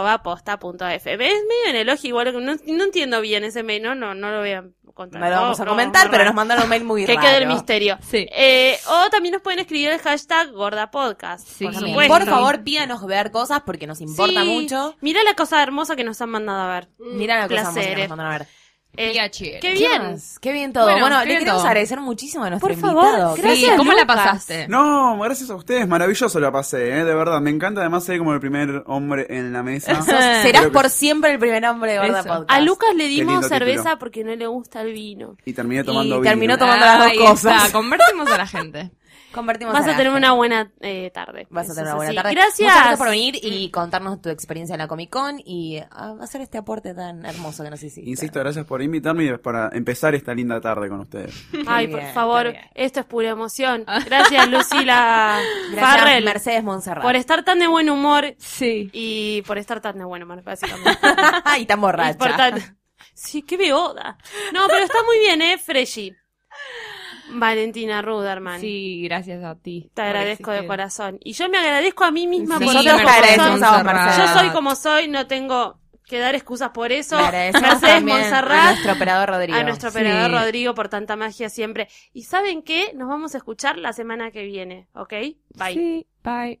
[SPEAKER 1] gordapodcast@posta.fm. Es medio en el ojo igual que no, no entiendo bien ese mail, no no no lo voy a contar.
[SPEAKER 2] No lo vamos a
[SPEAKER 1] No,
[SPEAKER 2] comentar,
[SPEAKER 1] no,
[SPEAKER 2] pero
[SPEAKER 1] no.
[SPEAKER 2] nos mandaron un mail muy
[SPEAKER 1] que
[SPEAKER 2] raro.
[SPEAKER 1] quede el misterio.
[SPEAKER 3] Sí.
[SPEAKER 1] Eh, o también nos pueden escribir el hashtag gordapodcast.
[SPEAKER 3] Sí.
[SPEAKER 1] por
[SPEAKER 2] También.
[SPEAKER 1] supuesto.
[SPEAKER 2] Por favor, pídanos ver cosas porque nos importa
[SPEAKER 1] Sí.
[SPEAKER 2] mucho. Mm.
[SPEAKER 1] Mira la cosa hermosa que nos han mandado a ver.
[SPEAKER 2] Mira la cosa más que nos
[SPEAKER 1] Placeres.
[SPEAKER 2] mandaron a ver.
[SPEAKER 1] Eh, qué
[SPEAKER 3] Piacere.
[SPEAKER 2] ¿Qué
[SPEAKER 1] bien.
[SPEAKER 2] más? Qué bien todo. Bueno,
[SPEAKER 3] Bueno, qué
[SPEAKER 2] le
[SPEAKER 3] bien
[SPEAKER 2] queremos
[SPEAKER 3] todo.
[SPEAKER 2] agradecer muchísimo a nuestro
[SPEAKER 1] Por favor,
[SPEAKER 2] invitado. que-
[SPEAKER 1] gracias.
[SPEAKER 3] cómo la
[SPEAKER 1] Lucas.
[SPEAKER 3] pasaste
[SPEAKER 4] No, gracias a ustedes, maravilloso la pasé, ¿eh? de verdad. Me encanta además ser como el primer hombre en la mesa.
[SPEAKER 2] Sos- serás
[SPEAKER 4] Creo que-
[SPEAKER 2] por siempre el primer hombre de Gorda
[SPEAKER 3] Eso.
[SPEAKER 2] Podcast.
[SPEAKER 1] A Lucas le
[SPEAKER 4] lindo
[SPEAKER 1] dimos
[SPEAKER 4] título.
[SPEAKER 1] cerveza porque no le gusta el vino.
[SPEAKER 4] Y terminé tomando
[SPEAKER 2] Y
[SPEAKER 4] vino.
[SPEAKER 2] terminó tomando las dos
[SPEAKER 3] Ahí
[SPEAKER 2] cosas.
[SPEAKER 3] está, convertimos a la gente
[SPEAKER 2] Convertimos
[SPEAKER 1] Vas
[SPEAKER 2] la
[SPEAKER 1] a tener
[SPEAKER 2] gente.
[SPEAKER 1] una buena eh, tarde.
[SPEAKER 2] Vas a
[SPEAKER 1] Eso
[SPEAKER 2] tener
[SPEAKER 1] es
[SPEAKER 2] una buena
[SPEAKER 1] así.
[SPEAKER 2] tarde.
[SPEAKER 1] Gracias. Mm.
[SPEAKER 2] Muchas gracias por venir y contarnos tu experiencia en la Comic Con y ah, hacer este aporte tan hermoso que nos hiciste.
[SPEAKER 4] Insisto, gracias por invitarme y para empezar esta linda tarde con ustedes.
[SPEAKER 1] Ay,
[SPEAKER 2] Qué
[SPEAKER 1] por
[SPEAKER 2] bien, qué
[SPEAKER 1] favor,
[SPEAKER 2] bien. Ah.
[SPEAKER 1] esto es pura emoción. Gracias, Lucila
[SPEAKER 2] Gracias,
[SPEAKER 1] Farrell,
[SPEAKER 2] Mercedes Monserrat.
[SPEAKER 1] por estar tan de buen humor
[SPEAKER 3] sí
[SPEAKER 1] y por estar tan de buen humor, básicamente.
[SPEAKER 2] y tan borracha.
[SPEAKER 1] Por tan- Sí, qué beoda. No, pero está muy bien, ¿eh, Freshy? Valentina Ruderman.
[SPEAKER 3] sí gracias a ti
[SPEAKER 1] Te
[SPEAKER 3] por
[SPEAKER 1] agradezco de
[SPEAKER 3] existir.
[SPEAKER 1] corazón. Y yo me agradezco a mí misma
[SPEAKER 2] Sí,
[SPEAKER 1] por
[SPEAKER 2] Nosotros
[SPEAKER 1] ser
[SPEAKER 2] te
[SPEAKER 1] como
[SPEAKER 2] agradecemos
[SPEAKER 1] soy.
[SPEAKER 2] a vos, Mercedes.
[SPEAKER 1] Yo soy como soy, no tengo que dar excusas por eso.
[SPEAKER 2] Le agradecemos
[SPEAKER 1] Mercedes
[SPEAKER 2] también a
[SPEAKER 1] Monserrat,
[SPEAKER 2] nuestro operador Rodrigo.
[SPEAKER 1] a nuestro operador
[SPEAKER 3] Sí.
[SPEAKER 1] Rodrigo por tanta magia siempre. Y ¿saben qué? Nos vamos a escuchar la semana que viene, ¿ok? Bye.
[SPEAKER 3] sí bye